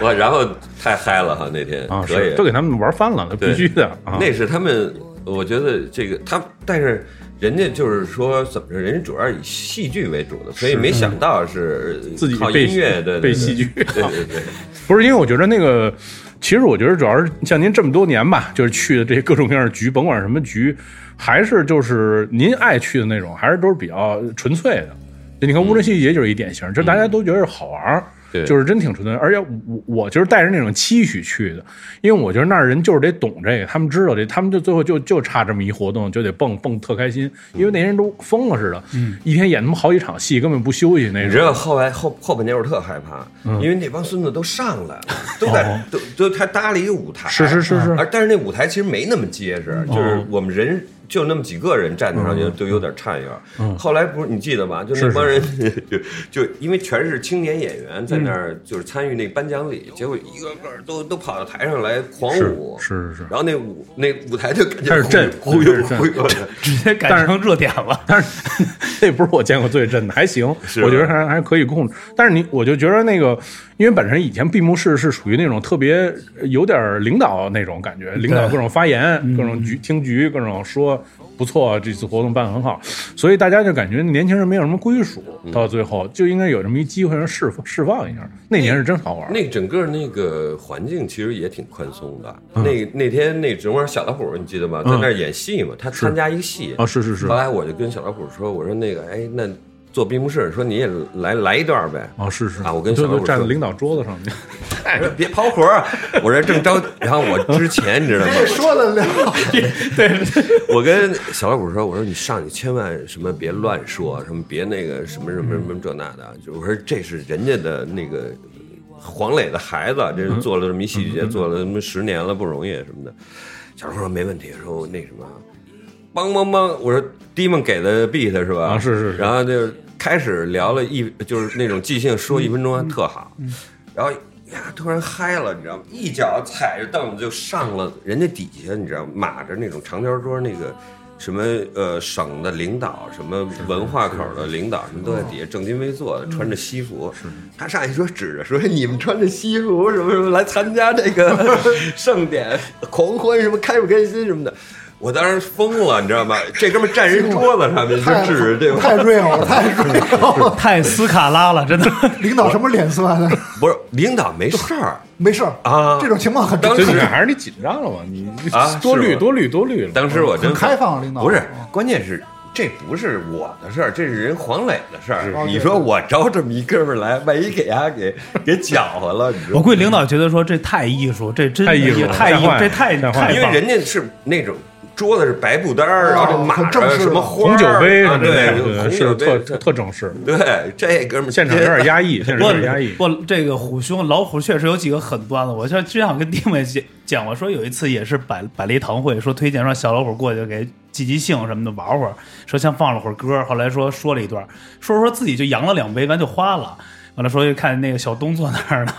[SPEAKER 4] 我然后太嗨了哈，那天
[SPEAKER 3] 啊，
[SPEAKER 4] 可以
[SPEAKER 3] 是都给他们玩翻了，那必须的啊。
[SPEAKER 4] 那是他们，我觉得这个他，但是人家就是说怎么着，人家主要以戏剧为主的，所以没想到是
[SPEAKER 3] 嗯自己
[SPEAKER 4] 靠
[SPEAKER 3] 被
[SPEAKER 4] 音乐
[SPEAKER 3] 被
[SPEAKER 4] 对对对
[SPEAKER 3] 戏剧 <laughs>
[SPEAKER 4] 对对对，
[SPEAKER 3] 不是因为我觉得那个，其实我觉得主要是像您这么多年吧，就是去的这些各种各样的局，甭管是什么局，还是就是您爱去的那种，还是都是比较纯粹的。就你看乌镇戏剧节就是一典型，这大家都觉得是好玩儿。
[SPEAKER 4] 嗯对
[SPEAKER 3] 就是真挺纯粹，而且我我就是带着那种期许去的，因为我觉得那儿人就是得懂这个，他们知道这，他们就最后就就差这么一活动就得蹦蹦特开心，因为那些人都疯了似的，一天演他妈好几场戏，根本不休息那
[SPEAKER 4] 嗯你知
[SPEAKER 3] 种。
[SPEAKER 4] 道后来后后半截我特害怕，
[SPEAKER 3] 嗯
[SPEAKER 4] 因为那帮孙子都上来了，都在都都他搭了一个舞台，
[SPEAKER 3] 哦是是 <laughs> 是是嗯哦
[SPEAKER 4] 而但是那舞台其实没那么结实，就是我们人就那么几个人站在上去都有
[SPEAKER 3] 嗯
[SPEAKER 4] 点颤悠。后来不是你记得吧？就那帮人 <laughs> 就就因为全是青年演员在
[SPEAKER 3] 嗯
[SPEAKER 4] 那儿就是参与那颁奖礼，结果一个个都都跑到台上来狂舞，
[SPEAKER 3] 是是是
[SPEAKER 4] 然后那舞那舞台就感觉
[SPEAKER 3] 开始震
[SPEAKER 4] 忽悠
[SPEAKER 3] 开始震
[SPEAKER 4] 忽悠的。
[SPEAKER 1] 直接改
[SPEAKER 3] 但是
[SPEAKER 1] 成热点了。
[SPEAKER 3] 但是那不是我见过最震的，还行，
[SPEAKER 4] 是吧
[SPEAKER 3] 我觉得还还可以控制。但是你，我就觉得那个，因为本身以前闭幕式是属于那种特别呃有点儿领导那种感觉，领导各种发言，各种局听局，各种说不错，这次活动办得很好，所以大家就感觉年轻人没有什么归属，
[SPEAKER 4] 嗯
[SPEAKER 3] 到最后就应该有这么一机会让释放释放一下。那年是真好玩儿，
[SPEAKER 4] 那整个那个环境其实也挺宽松的。
[SPEAKER 3] 嗯
[SPEAKER 4] 那那天那正好小老虎，你记得吗？在那儿演戏嘛，他参加一个戏
[SPEAKER 3] 啊是是是
[SPEAKER 4] 后来我就跟小老虎说：“我说那个，哎，那做闭幕式，说你也来来一段呗。”
[SPEAKER 3] 啊是是
[SPEAKER 4] 啊我跟
[SPEAKER 3] 就
[SPEAKER 4] 小老
[SPEAKER 3] 就
[SPEAKER 4] 虎
[SPEAKER 3] 站在
[SPEAKER 4] 说
[SPEAKER 3] 领导桌子上
[SPEAKER 4] <laughs>
[SPEAKER 3] 去，
[SPEAKER 4] 哎，说别跑火儿，我这正着。然后我之前你知道吗？
[SPEAKER 2] 这哎说得了，
[SPEAKER 4] <laughs> 我跟小老虎说：“我说你上去千万什么别乱
[SPEAKER 3] <laughs>
[SPEAKER 4] 说，什么别那个什么什么什么这那的。就我说这是人家的那个黄磊的孩子，这是做了这么一戏剧节，做了什么十年了不容易什么的。”小老虎说：“没问题。”说那什么，梆梆梆，我说 d 们给的 beat 是吧？
[SPEAKER 3] 啊是是是
[SPEAKER 4] 然后就开始聊了一，就是那种即兴说一分
[SPEAKER 3] 嗯
[SPEAKER 4] 钟还特好，然后。呀！突然嗨了，你知道吗？一脚踩着凳子就上了人家底下，你知道吗？码着那种长条桌，那个什么呃省的领导，什么文化口的领导，什么
[SPEAKER 2] 哦
[SPEAKER 4] 都在底下正襟危坐的，
[SPEAKER 2] 嗯
[SPEAKER 4] 穿着西服。他上去说指着说你们穿着西服什么什么来参加这
[SPEAKER 2] <laughs>
[SPEAKER 4] 个盛典狂欢什么开不开心什么的。我当时疯了，你知道吗？这哥们儿站人桌子上面就
[SPEAKER 2] 太
[SPEAKER 4] 指着这
[SPEAKER 2] 太
[SPEAKER 4] <laughs>
[SPEAKER 2] real 了，太 real 了。
[SPEAKER 1] <laughs> 太斯卡拉了，真
[SPEAKER 3] <laughs>
[SPEAKER 1] 的。
[SPEAKER 2] 领导什么脸色呢？
[SPEAKER 4] 不是领导没事儿，
[SPEAKER 2] 没事儿
[SPEAKER 4] 啊
[SPEAKER 2] 这种情况很
[SPEAKER 4] 当
[SPEAKER 3] 所
[SPEAKER 4] 时
[SPEAKER 3] 以你看还是你紧张了嘛，你
[SPEAKER 4] 啊
[SPEAKER 3] 多
[SPEAKER 4] 是
[SPEAKER 3] 虑
[SPEAKER 4] 我
[SPEAKER 3] 多虑多虑了。
[SPEAKER 4] 当时我真
[SPEAKER 2] 很开放领导
[SPEAKER 4] 不是
[SPEAKER 2] 嗯，
[SPEAKER 4] 关键是这不是我的事儿，这是人黄磊的事儿。你
[SPEAKER 2] 哦对
[SPEAKER 4] 说我招这么一哥们儿来，万一给他给 <laughs> 给搅和了，你
[SPEAKER 1] 我
[SPEAKER 4] 知道吗？
[SPEAKER 1] 估计领导觉得说这太艺术，这真的
[SPEAKER 3] 太艺术了
[SPEAKER 1] 太艺
[SPEAKER 3] 吓坏，了
[SPEAKER 1] 这太
[SPEAKER 3] 吓
[SPEAKER 1] 太
[SPEAKER 3] 坏
[SPEAKER 1] 棒了
[SPEAKER 3] 了
[SPEAKER 4] 因为人家是那种桌子是白布单儿，
[SPEAKER 2] 哦
[SPEAKER 4] 然后这码
[SPEAKER 2] 很正
[SPEAKER 4] 着
[SPEAKER 2] 式的
[SPEAKER 4] 什么花儿
[SPEAKER 3] 红酒杯什
[SPEAKER 4] 啊
[SPEAKER 3] 么的，对
[SPEAKER 4] 对，红
[SPEAKER 3] 是
[SPEAKER 4] 酒
[SPEAKER 3] 特
[SPEAKER 4] 杯，
[SPEAKER 3] 特正式。
[SPEAKER 4] 对，这哥们儿
[SPEAKER 3] 现场有点压抑，现场有点压抑。
[SPEAKER 1] 不不，这个虎兄老虎确实有几个狠段子。我像之前好像跟丁伟讲讲过，说有一次也是摆摆了一堂会，说推荐让小老虎过去给即即兴什么的玩会儿，说先放了会儿歌，后来说说了一段，说着说自己就扬了两杯，完就花了。完了说就看那个小东坐那儿呢，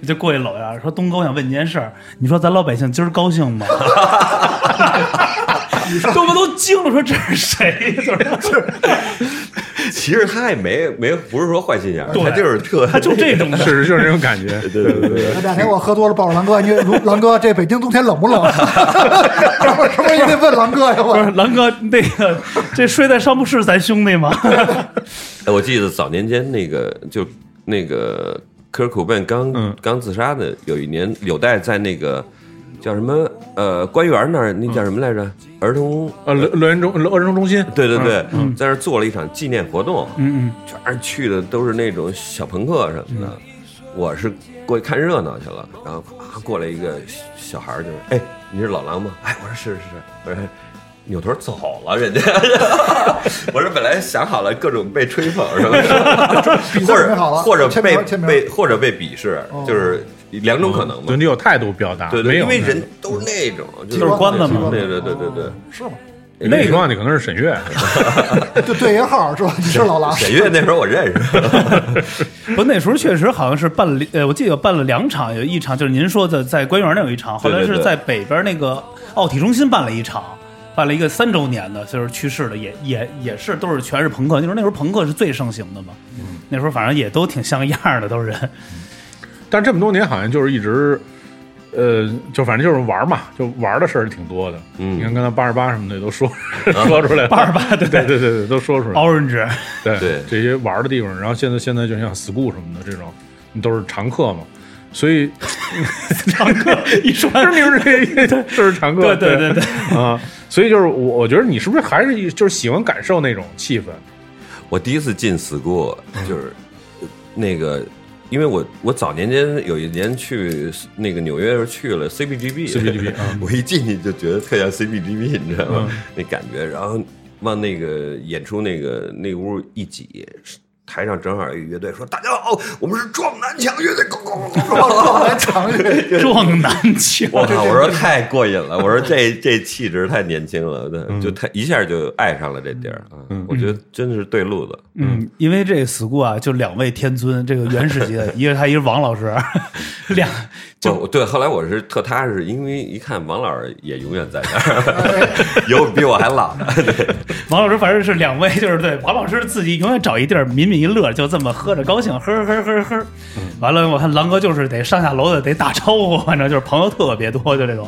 [SPEAKER 1] 我就过去搂一下，说东哥，我想问你件事儿，你说咱老百姓今儿高兴
[SPEAKER 3] <laughs>
[SPEAKER 1] 吗？ <laughs> 东哥都惊了，说这是谁？ <laughs> 就是
[SPEAKER 3] <laughs>
[SPEAKER 4] 其实他也没没不是说坏心眼儿，
[SPEAKER 1] 对
[SPEAKER 4] 他就是特
[SPEAKER 1] 他就这种的。
[SPEAKER 3] 是就是这种感觉，对对对
[SPEAKER 2] 这两天我喝多了，抱着狼哥，你如狼哥这北京冬天冷不冷？啊 <laughs> 我是不是也得问狼哥呀？
[SPEAKER 4] <laughs>
[SPEAKER 1] 不是
[SPEAKER 2] 我
[SPEAKER 1] 狼哥，那 <laughs> 个这睡在商务室咱兄弟吗？
[SPEAKER 4] 哎，我记得早年间那个就那个科尔库贝刚、
[SPEAKER 3] 嗯
[SPEAKER 4] 刚自杀的，有一年有代在那个叫什么呃官员那儿，那叫什么来着？儿童。
[SPEAKER 3] 呃，乐乐园中乐儿童中心，嗯
[SPEAKER 4] 对对对，
[SPEAKER 2] 嗯
[SPEAKER 4] 在那儿做了一场纪念活动，
[SPEAKER 1] 嗯
[SPEAKER 4] 全是去的都是那种小朋克什么的。
[SPEAKER 2] 嗯
[SPEAKER 4] 我是过去看热闹去了，然后啊过来一个小孩儿就说：“哎，你是老狼吗？”哎，我说是是是，我说。扭头走了，人家。 <laughs> 我说本来想好了各种被吹捧什么
[SPEAKER 2] <laughs>
[SPEAKER 4] 的，或
[SPEAKER 2] 比赛准备好
[SPEAKER 4] 者
[SPEAKER 2] 了
[SPEAKER 4] 或者
[SPEAKER 2] 签
[SPEAKER 4] 被
[SPEAKER 2] 名签名哦
[SPEAKER 4] 被或者被鄙视，就是两种可能嘛
[SPEAKER 3] 对。你有态度表达，
[SPEAKER 4] 对
[SPEAKER 3] 哦没
[SPEAKER 4] 对，
[SPEAKER 3] 有
[SPEAKER 4] 因为
[SPEAKER 3] 那
[SPEAKER 4] 人
[SPEAKER 3] 种
[SPEAKER 4] 都是那种，就
[SPEAKER 1] 就是关了嘛
[SPEAKER 4] 对对对对对，
[SPEAKER 2] 是吗？
[SPEAKER 1] 那
[SPEAKER 3] 你
[SPEAKER 1] 个
[SPEAKER 3] 忘你可能是沈月，
[SPEAKER 2] 就对一号是吧？你是老狼，
[SPEAKER 4] 沈月那时候我认识，
[SPEAKER 1] 嗯， <laughs> 不，那时候确实好像是办了，呃，我记得有办了两场，有一场就是您说的在官园那有一场，后来
[SPEAKER 4] 对对
[SPEAKER 1] 是
[SPEAKER 4] 对
[SPEAKER 1] 在北边那个奥体中心办了一场，办了一个三周年的，就是去世的，也也也是都是全是朋克，那时候那时候朋克是最盛行的嘛，那时候反正也都挺像样儿的，都是人，
[SPEAKER 3] 但这么多年好像就是一直，呃，就反正就是玩嘛，就玩的事儿挺多的。
[SPEAKER 4] 嗯啊
[SPEAKER 3] 你看刚才八十八什么的都说 <laughs> 说出来了，八
[SPEAKER 1] <laughs>
[SPEAKER 3] 十八，对对对对，都说出来了。
[SPEAKER 1] orange，
[SPEAKER 3] 对
[SPEAKER 4] 哦对
[SPEAKER 3] 这些玩的地方，然后现在现在就像 school 什么的这种，你都是常客嘛，所以 <laughs>
[SPEAKER 1] 堂哥一说，
[SPEAKER 3] 是你们这个就是常客，
[SPEAKER 1] 对对对 <laughs> 对
[SPEAKER 3] <laughs> 啊，所以就是我我觉得你是不是还是就是喜欢感受那种气氛？
[SPEAKER 4] 我第一次进 school 就是呃那个，因为我我早年间有一年去那个纽约时候去了 CBGB
[SPEAKER 3] CBGB 啊
[SPEAKER 4] 我一进去就觉得特像 CBGB，你知道吗？那感觉，然后往那个演出那个那屋一挤。台上正好有一乐队说：“大家好，我们是撞南墙乐队。”咣咣咣咣咣咣
[SPEAKER 2] 来尝试。
[SPEAKER 1] 撞南墙，
[SPEAKER 4] 我靠！我说太过瘾了，我说这这气质太年轻了，对就太一下就爱上了这地儿啊！我觉得真是对路子。
[SPEAKER 1] 嗯，因为这 school 啊，就两位天尊，这个原始级的，一个是他，一个是王老师， <laughs> 两就
[SPEAKER 4] 就对，后来我是特踏实，因为一看王老师也永远在那
[SPEAKER 1] <laughs>
[SPEAKER 4] 儿，有比我还老 <laughs> 的。对，
[SPEAKER 1] 王老师反正是两位，就是对王老师自己永远找一地儿抿抿一乐，就这么喝着高兴，呵呵呵呵呵。完了，我看狼哥就是得上下楼的得打招呼，反正就是朋友特别多，就这种，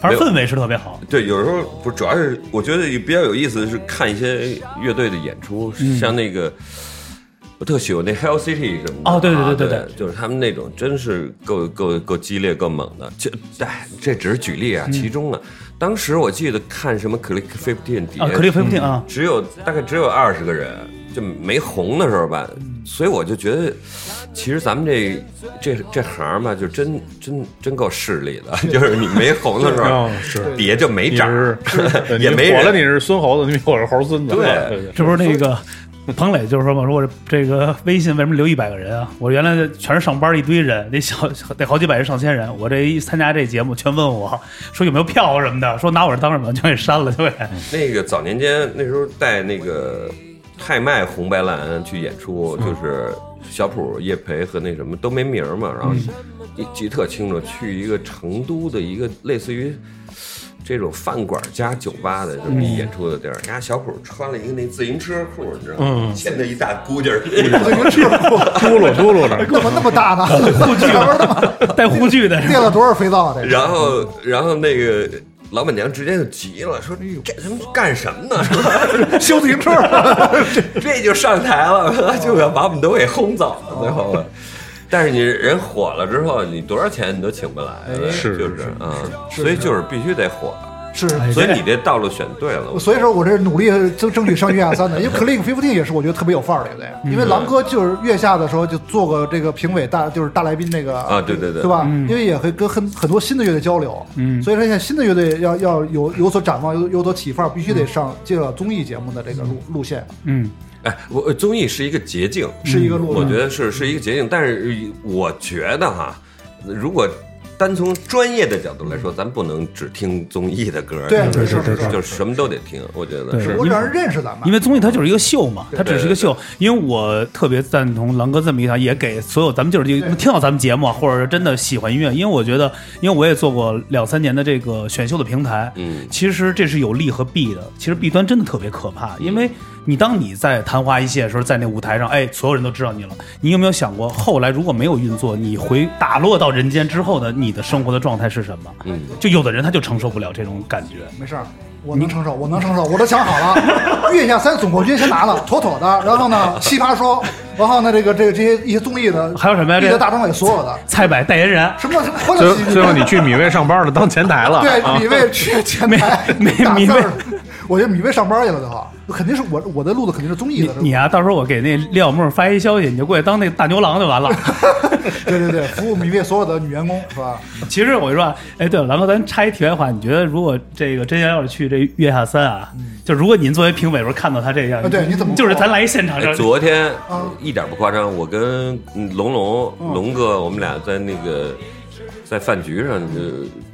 [SPEAKER 1] 反正氛围是特别好。
[SPEAKER 4] 对，有时候不主要是我觉得比较有意思的是看一些乐队的演出，
[SPEAKER 1] 嗯
[SPEAKER 4] 像那个。我特喜欢那 Hell City 什么的
[SPEAKER 1] 哦对对
[SPEAKER 4] 啊
[SPEAKER 1] 对
[SPEAKER 4] 对
[SPEAKER 1] 对
[SPEAKER 4] 就是他们那种真是够够够激烈、够猛的。就哎，这只是举例
[SPEAKER 1] 嗯
[SPEAKER 4] 啊，其中呢，当时我记得看什么 Click Fifteen 底下
[SPEAKER 1] 啊，可利菲夫汀啊，
[SPEAKER 4] 只有大概只有二十个人，就没红的时候吧，所以我就觉得，其实咱们这这这行吧，就真真真够势力的， <laughs> 就是你没红的时候
[SPEAKER 3] 哦， <laughs> 是
[SPEAKER 4] 底下就没
[SPEAKER 3] 你
[SPEAKER 4] 涨
[SPEAKER 3] 是，
[SPEAKER 4] <laughs>
[SPEAKER 3] 对
[SPEAKER 4] 也
[SPEAKER 3] 你
[SPEAKER 4] 没
[SPEAKER 3] 火了，
[SPEAKER 4] 人
[SPEAKER 3] 你是孙猴子，你我是猴孙子。
[SPEAKER 4] 对
[SPEAKER 3] 对，
[SPEAKER 1] 这不是那个彭磊就是说嘛，说我这个微信为什么留一百个人啊？我原来全是上班一堆人，得小得好几百人、上千人。我这一参加这节目，全问我说有没有票什么的，说拿我这当什么，就给删了，对。
[SPEAKER 4] 那个早年间那时候带那个泰麦红白蓝去演出，就是小普、叶培和那什么都没名儿嘛，然后记记得特清楚，去一个成都的一个类似于。这种饭馆加酒吧的这么一演出的地儿，人家小普穿了一个那自行车裤，你知道吗？前头一大箍劲儿，
[SPEAKER 2] 自行车库
[SPEAKER 3] 嘟噜嘟噜的，
[SPEAKER 2] 怎么那么大
[SPEAKER 4] <laughs>
[SPEAKER 2] 呢？ <laughs> 护具
[SPEAKER 1] 带护具的是
[SPEAKER 2] 垫
[SPEAKER 1] 吧？
[SPEAKER 2] 了多少肥皂啊？这是
[SPEAKER 4] 然后，然后那个老板娘直接就急了，说：“这他妈干什么呢？ <laughs>
[SPEAKER 2] 修自行车，
[SPEAKER 4] 这就上台了， <laughs> 就要把我们都给轰走了，最后了。但是你人火了之后，你多少钱你都请不来了，
[SPEAKER 3] 是
[SPEAKER 4] 就是啊，所以就是必须得火。
[SPEAKER 2] 是。
[SPEAKER 4] <laughs> 所
[SPEAKER 1] 哎
[SPEAKER 4] 以你这道路选对了，我
[SPEAKER 2] 所以说我这努力争争取上月下三的，因为 Clean Fifteen 也是我觉得特别有范儿的乐队，
[SPEAKER 4] 嗯
[SPEAKER 2] 因为狼哥就是月下的时候就做过这个评委大，就是大来宾那个
[SPEAKER 4] 啊对对对
[SPEAKER 2] 对吧？因为也会跟很很多新的乐队交流，嗯，所以说现在新的乐队要要有有所展望，有有所启发，必须
[SPEAKER 4] 嗯
[SPEAKER 2] 得上这个综艺节目的这个路路线，
[SPEAKER 1] 嗯，
[SPEAKER 4] 哎，我呃综艺是一个捷径，
[SPEAKER 2] 是一个路
[SPEAKER 4] 我
[SPEAKER 2] 子
[SPEAKER 4] 觉。得是是一个捷径，但是我觉得哈，如果单从专业的角度来说，咱不能只听综艺的歌，
[SPEAKER 2] 对
[SPEAKER 4] 就是
[SPEAKER 2] 是是是
[SPEAKER 4] 就是什么都得听，我觉得
[SPEAKER 2] 我让人认识咱们，
[SPEAKER 1] 因为综艺它就是一个秀嘛，它只是一个秀。因为我特别赞同狼哥这么一条，也给所有咱们就是就听到咱们节目啊，或者是真的喜欢音乐，因为我觉得，因为我也做过两三年的这个选秀的平台，
[SPEAKER 4] 嗯
[SPEAKER 1] 其实这是有利和弊的。其实弊端真的特别可怕，
[SPEAKER 4] 嗯
[SPEAKER 1] 因为你当你在昙花一现的时候，在那舞台上，哎，所有人都知道你了。你有没有想过，后来如果没有运作，你回打落到人间之后呢，你的生活的状态是什么？
[SPEAKER 4] 嗯，
[SPEAKER 1] 就有的人他就承受不了这种感觉。
[SPEAKER 2] 没事儿，我能承受，我能承受，我都想好
[SPEAKER 1] <laughs>
[SPEAKER 2] 了，月下三总冠军先拿了，妥妥的。然后呢，奇葩说，然后呢，这个这个这些一些综艺的，
[SPEAKER 1] 还有什么呀
[SPEAKER 2] 记
[SPEAKER 1] 这
[SPEAKER 2] 得大张伟所有的，
[SPEAKER 1] 蔡柏代言人，
[SPEAKER 2] 什么什么欢乐
[SPEAKER 3] <laughs> 最
[SPEAKER 2] 喜剧，
[SPEAKER 3] 最后你去米未上班了，当前台了。
[SPEAKER 2] 对
[SPEAKER 3] 啊
[SPEAKER 2] 米未去前台
[SPEAKER 1] 没没
[SPEAKER 2] 打
[SPEAKER 1] 米
[SPEAKER 2] 字
[SPEAKER 1] 未
[SPEAKER 2] 儿，我觉得米未上班去了最后，肯定是我我的路子肯定是综艺的，
[SPEAKER 1] 你啊，到时候我给那廖小沫发一消息，你就过去当那大牛郎就完了。
[SPEAKER 2] 对对对，服务米未所有的女员工是吧？
[SPEAKER 1] 其实我跟你说啊，哎，对了，狼哥，咱插一题外话，你觉得如果这个真要是去这月下三啊，就如果您作为评委的时候看到他这样，
[SPEAKER 2] 啊对你怎么
[SPEAKER 1] 就是咱来一现场
[SPEAKER 4] 哎
[SPEAKER 1] 就
[SPEAKER 4] 昨天一点不夸张，我跟嗯龙龙龙哥，我们俩在那个在饭局上，就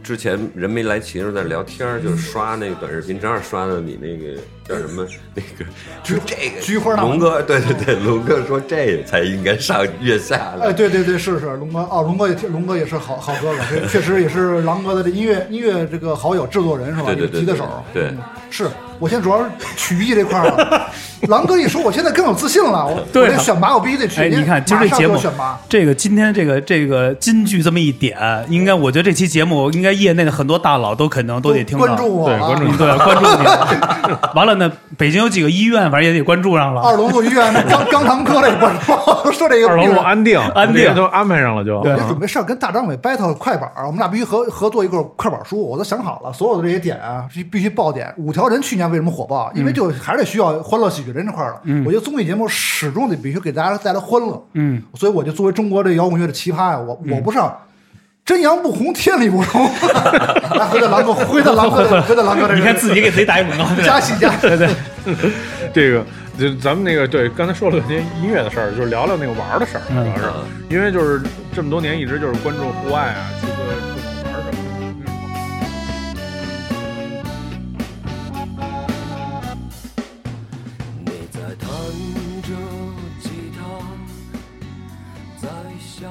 [SPEAKER 4] 之前人没来齐的时候在聊天儿，就是刷那个短视频，正好刷到你那个叫什么那
[SPEAKER 2] <laughs>
[SPEAKER 4] 个，就是这个
[SPEAKER 2] 菊花大王
[SPEAKER 4] 龙哥，对对对，龙哥说这才应该上月下
[SPEAKER 2] 哎，
[SPEAKER 4] 了。
[SPEAKER 2] 对对对，是是，龙哥哦，龙哥也挺龙哥也是好好哥哥，这确实也是狼哥的这音乐音乐这个好友制作人是吧？
[SPEAKER 4] 对对对
[SPEAKER 2] 提的
[SPEAKER 4] 对
[SPEAKER 2] 手，
[SPEAKER 4] 对
[SPEAKER 2] 嗯是我现在主要是曲艺这块儿了。狼哥一说，我现在更有自信
[SPEAKER 1] <laughs>
[SPEAKER 2] 了，我
[SPEAKER 1] 对
[SPEAKER 2] 我
[SPEAKER 1] 啊
[SPEAKER 2] 得选拔，我必须得去。
[SPEAKER 1] 哎，你看今
[SPEAKER 2] 马
[SPEAKER 1] 儿
[SPEAKER 2] 上
[SPEAKER 1] 这节目
[SPEAKER 2] 就选拔，，
[SPEAKER 1] 这个今天这个这个金句这么一点，应该我觉得这期节目应该业内的很多大佬都可能都得听到。
[SPEAKER 2] 关注我
[SPEAKER 3] 对
[SPEAKER 2] 啊，
[SPEAKER 3] 关注
[SPEAKER 1] 嗯对，关注你。完了，院的，北京有几个医院，反正也得关注上了。
[SPEAKER 2] 二龙路医院 <laughs> 那肛肛肠科那关说说这个
[SPEAKER 3] 二
[SPEAKER 2] 病
[SPEAKER 3] 龙
[SPEAKER 2] 人
[SPEAKER 3] 路安定，
[SPEAKER 1] 安定
[SPEAKER 3] 这个都安排上了就。
[SPEAKER 2] 我
[SPEAKER 1] 啊
[SPEAKER 3] 对
[SPEAKER 2] 准备上跟大张伟 battle 快板儿，我们俩必须合合作一个快板书，我都想好了，所有的这些点啊，必必须爆点。五条人去年为什么火爆？
[SPEAKER 1] 嗯
[SPEAKER 2] 因为就还是得需要欢乐喜剧人这块儿了。我觉得综艺节目始终得必须给大家带来欢乐。
[SPEAKER 1] 嗯，
[SPEAKER 2] 所以我就作为中国这摇滚乐的奇葩呀，我我不上。真阳不红，天理不容。 <laughs> 来，回到狼哥，回到狼哥
[SPEAKER 1] <laughs>
[SPEAKER 2] 这，回到狼哥这。
[SPEAKER 1] 你看自己给自己打一广告，
[SPEAKER 2] 加戏加戏，
[SPEAKER 3] 这个就咱们那个对，刚才说了半天音乐的事儿，就是聊聊那个玩儿的事儿，主要是
[SPEAKER 4] 嗯
[SPEAKER 3] 因为就是这么多年一直就是关注户外啊，去各各种玩儿什么的。
[SPEAKER 2] 呃
[SPEAKER 5] 你在弹着吉他，在想